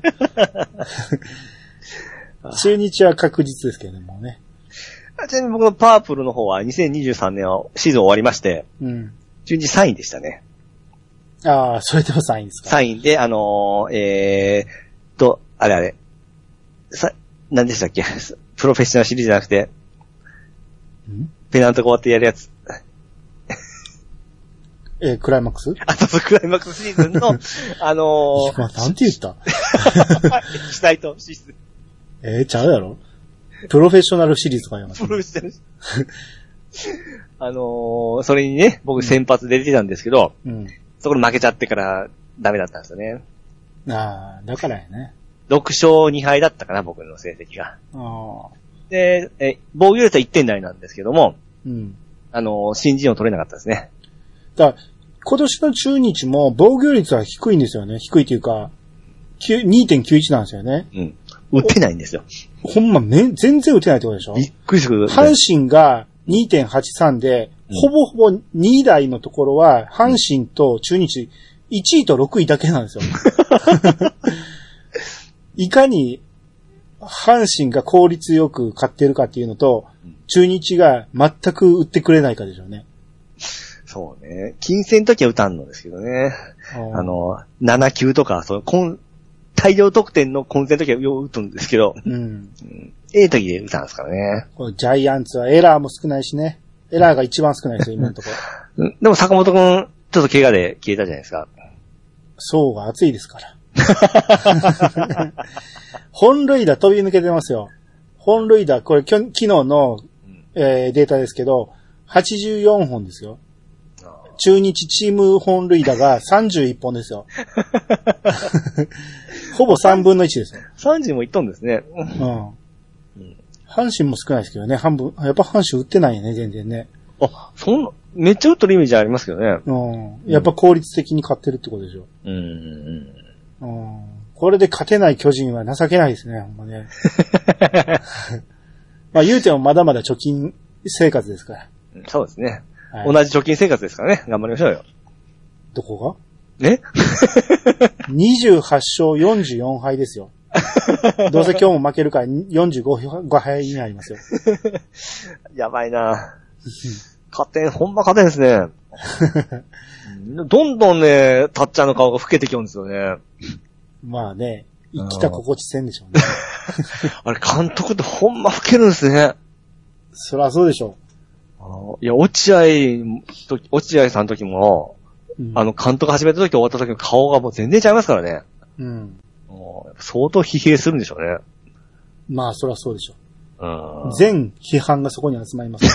[SPEAKER 1] 中日は確実ですけれどもね。
[SPEAKER 2] あちなみに僕のパープルの方は2023年はシーズン終わりまして、
[SPEAKER 1] うん。
[SPEAKER 2] 順次3位でしたね。
[SPEAKER 1] ああ、それでも3位ですか。
[SPEAKER 2] 3位で、あのー、えー、と、あれあれ。さ、何でしたっけ プロフェッショナルシリーズじゃなくて、
[SPEAKER 1] うん
[SPEAKER 2] ペナントが終わってやるやつ。
[SPEAKER 1] えークライマックス
[SPEAKER 2] あと、そうクライマックスシーズン の、あの
[SPEAKER 1] 今なんて言った
[SPEAKER 2] ー、期待とシーズン、
[SPEAKER 1] えー、ちゃうやろプロフェッショナルシリーズとか言います
[SPEAKER 2] プ。ロフェッショナルシリーズ。 あのー、それにね、僕先発で出てたんですけど、
[SPEAKER 1] うん。
[SPEAKER 2] そこで負けちゃってからダメだったんですよね。
[SPEAKER 1] ああ、だからやね。
[SPEAKER 2] 6勝2敗だったかな、僕の成績が。
[SPEAKER 1] ああ。
[SPEAKER 2] で、え、防御率は1点台なんですけども、
[SPEAKER 1] うん。
[SPEAKER 2] あの、新人を取れなかったですね。
[SPEAKER 1] だから、今年の中日も防御率は低いんですよね。低いというか、9 2.91なんですよね。
[SPEAKER 2] うん。打てないんですよ。
[SPEAKER 1] ほんま、め、全然打てないってことでしょ
[SPEAKER 2] びっくりする。
[SPEAKER 1] 阪神が2.83で、
[SPEAKER 2] うん
[SPEAKER 1] ほぼほぼ2位台のところは、阪神と中日、1位と6位だけなんですよ。 いかに、阪神が効率よく勝ってるかっていうのと
[SPEAKER 2] うん、
[SPEAKER 1] 中日が全く打ってくれないかでしょうね。
[SPEAKER 2] そうね。金銭の時は打たんのですけどね。あの、7球とか、その、こん大量得点の混戦の時はよう打つんですけど、
[SPEAKER 1] うん。
[SPEAKER 2] ええ時で打たんですからね。
[SPEAKER 1] このジャイアンツはエラーも少ないしね。エラーが一番少ない ですよ、今のところ。
[SPEAKER 2] うんでも坂本くん、ちょっと怪我で消えたじゃないですか。
[SPEAKER 1] 層が厚いですから。本塁打飛び抜けてますよ。本塁打、これきょ昨日の、えーデータですけど、84本ですよ。中日チーム本塁打が31本です よ。ほぼ3分の1ですよ。
[SPEAKER 2] 30もいっとんですね。
[SPEAKER 1] うん。阪神も少ないですけどね、半分、やっぱ阪神打ってないよね、全然ね。
[SPEAKER 2] あ、そんな、めっちゃ打ってるイメージありますけどね。
[SPEAKER 1] うん。やっぱ効率的に勝ってるってことでしょ。
[SPEAKER 2] うん。
[SPEAKER 1] うん。これで勝てない巨人は情けないですね、ほんま ね。まあ言うてもまだまだ貯金生活ですから。
[SPEAKER 2] そうですね。
[SPEAKER 1] はい
[SPEAKER 2] 同じ貯金生活ですからね。頑張りましょうよ。
[SPEAKER 1] どこ
[SPEAKER 2] ね
[SPEAKER 1] が ?28 勝44敗です よ。どうせ今日も負けるから45敗になりますよ。
[SPEAKER 2] やばいな勝てん、ほんま勝てんですね。うんどんどんね、たっちゃんの顔が老けてきようんですよね。
[SPEAKER 1] まあね、生きた心地せんでしょうね。
[SPEAKER 2] あれ、監督ってほんま老けるんですね。
[SPEAKER 1] そりゃそうでしょ
[SPEAKER 2] あのいや、落合と、落合さんの時も、
[SPEAKER 1] う。うん、
[SPEAKER 2] あの、監督始めた時と終わった時の顔がもう全然違いますからね。
[SPEAKER 1] うん。
[SPEAKER 2] もう相当疲弊するんでしょうね。
[SPEAKER 1] まあそりゃそうでしょ
[SPEAKER 2] う
[SPEAKER 1] う。
[SPEAKER 2] ん。
[SPEAKER 1] 全批判がそこに集まります。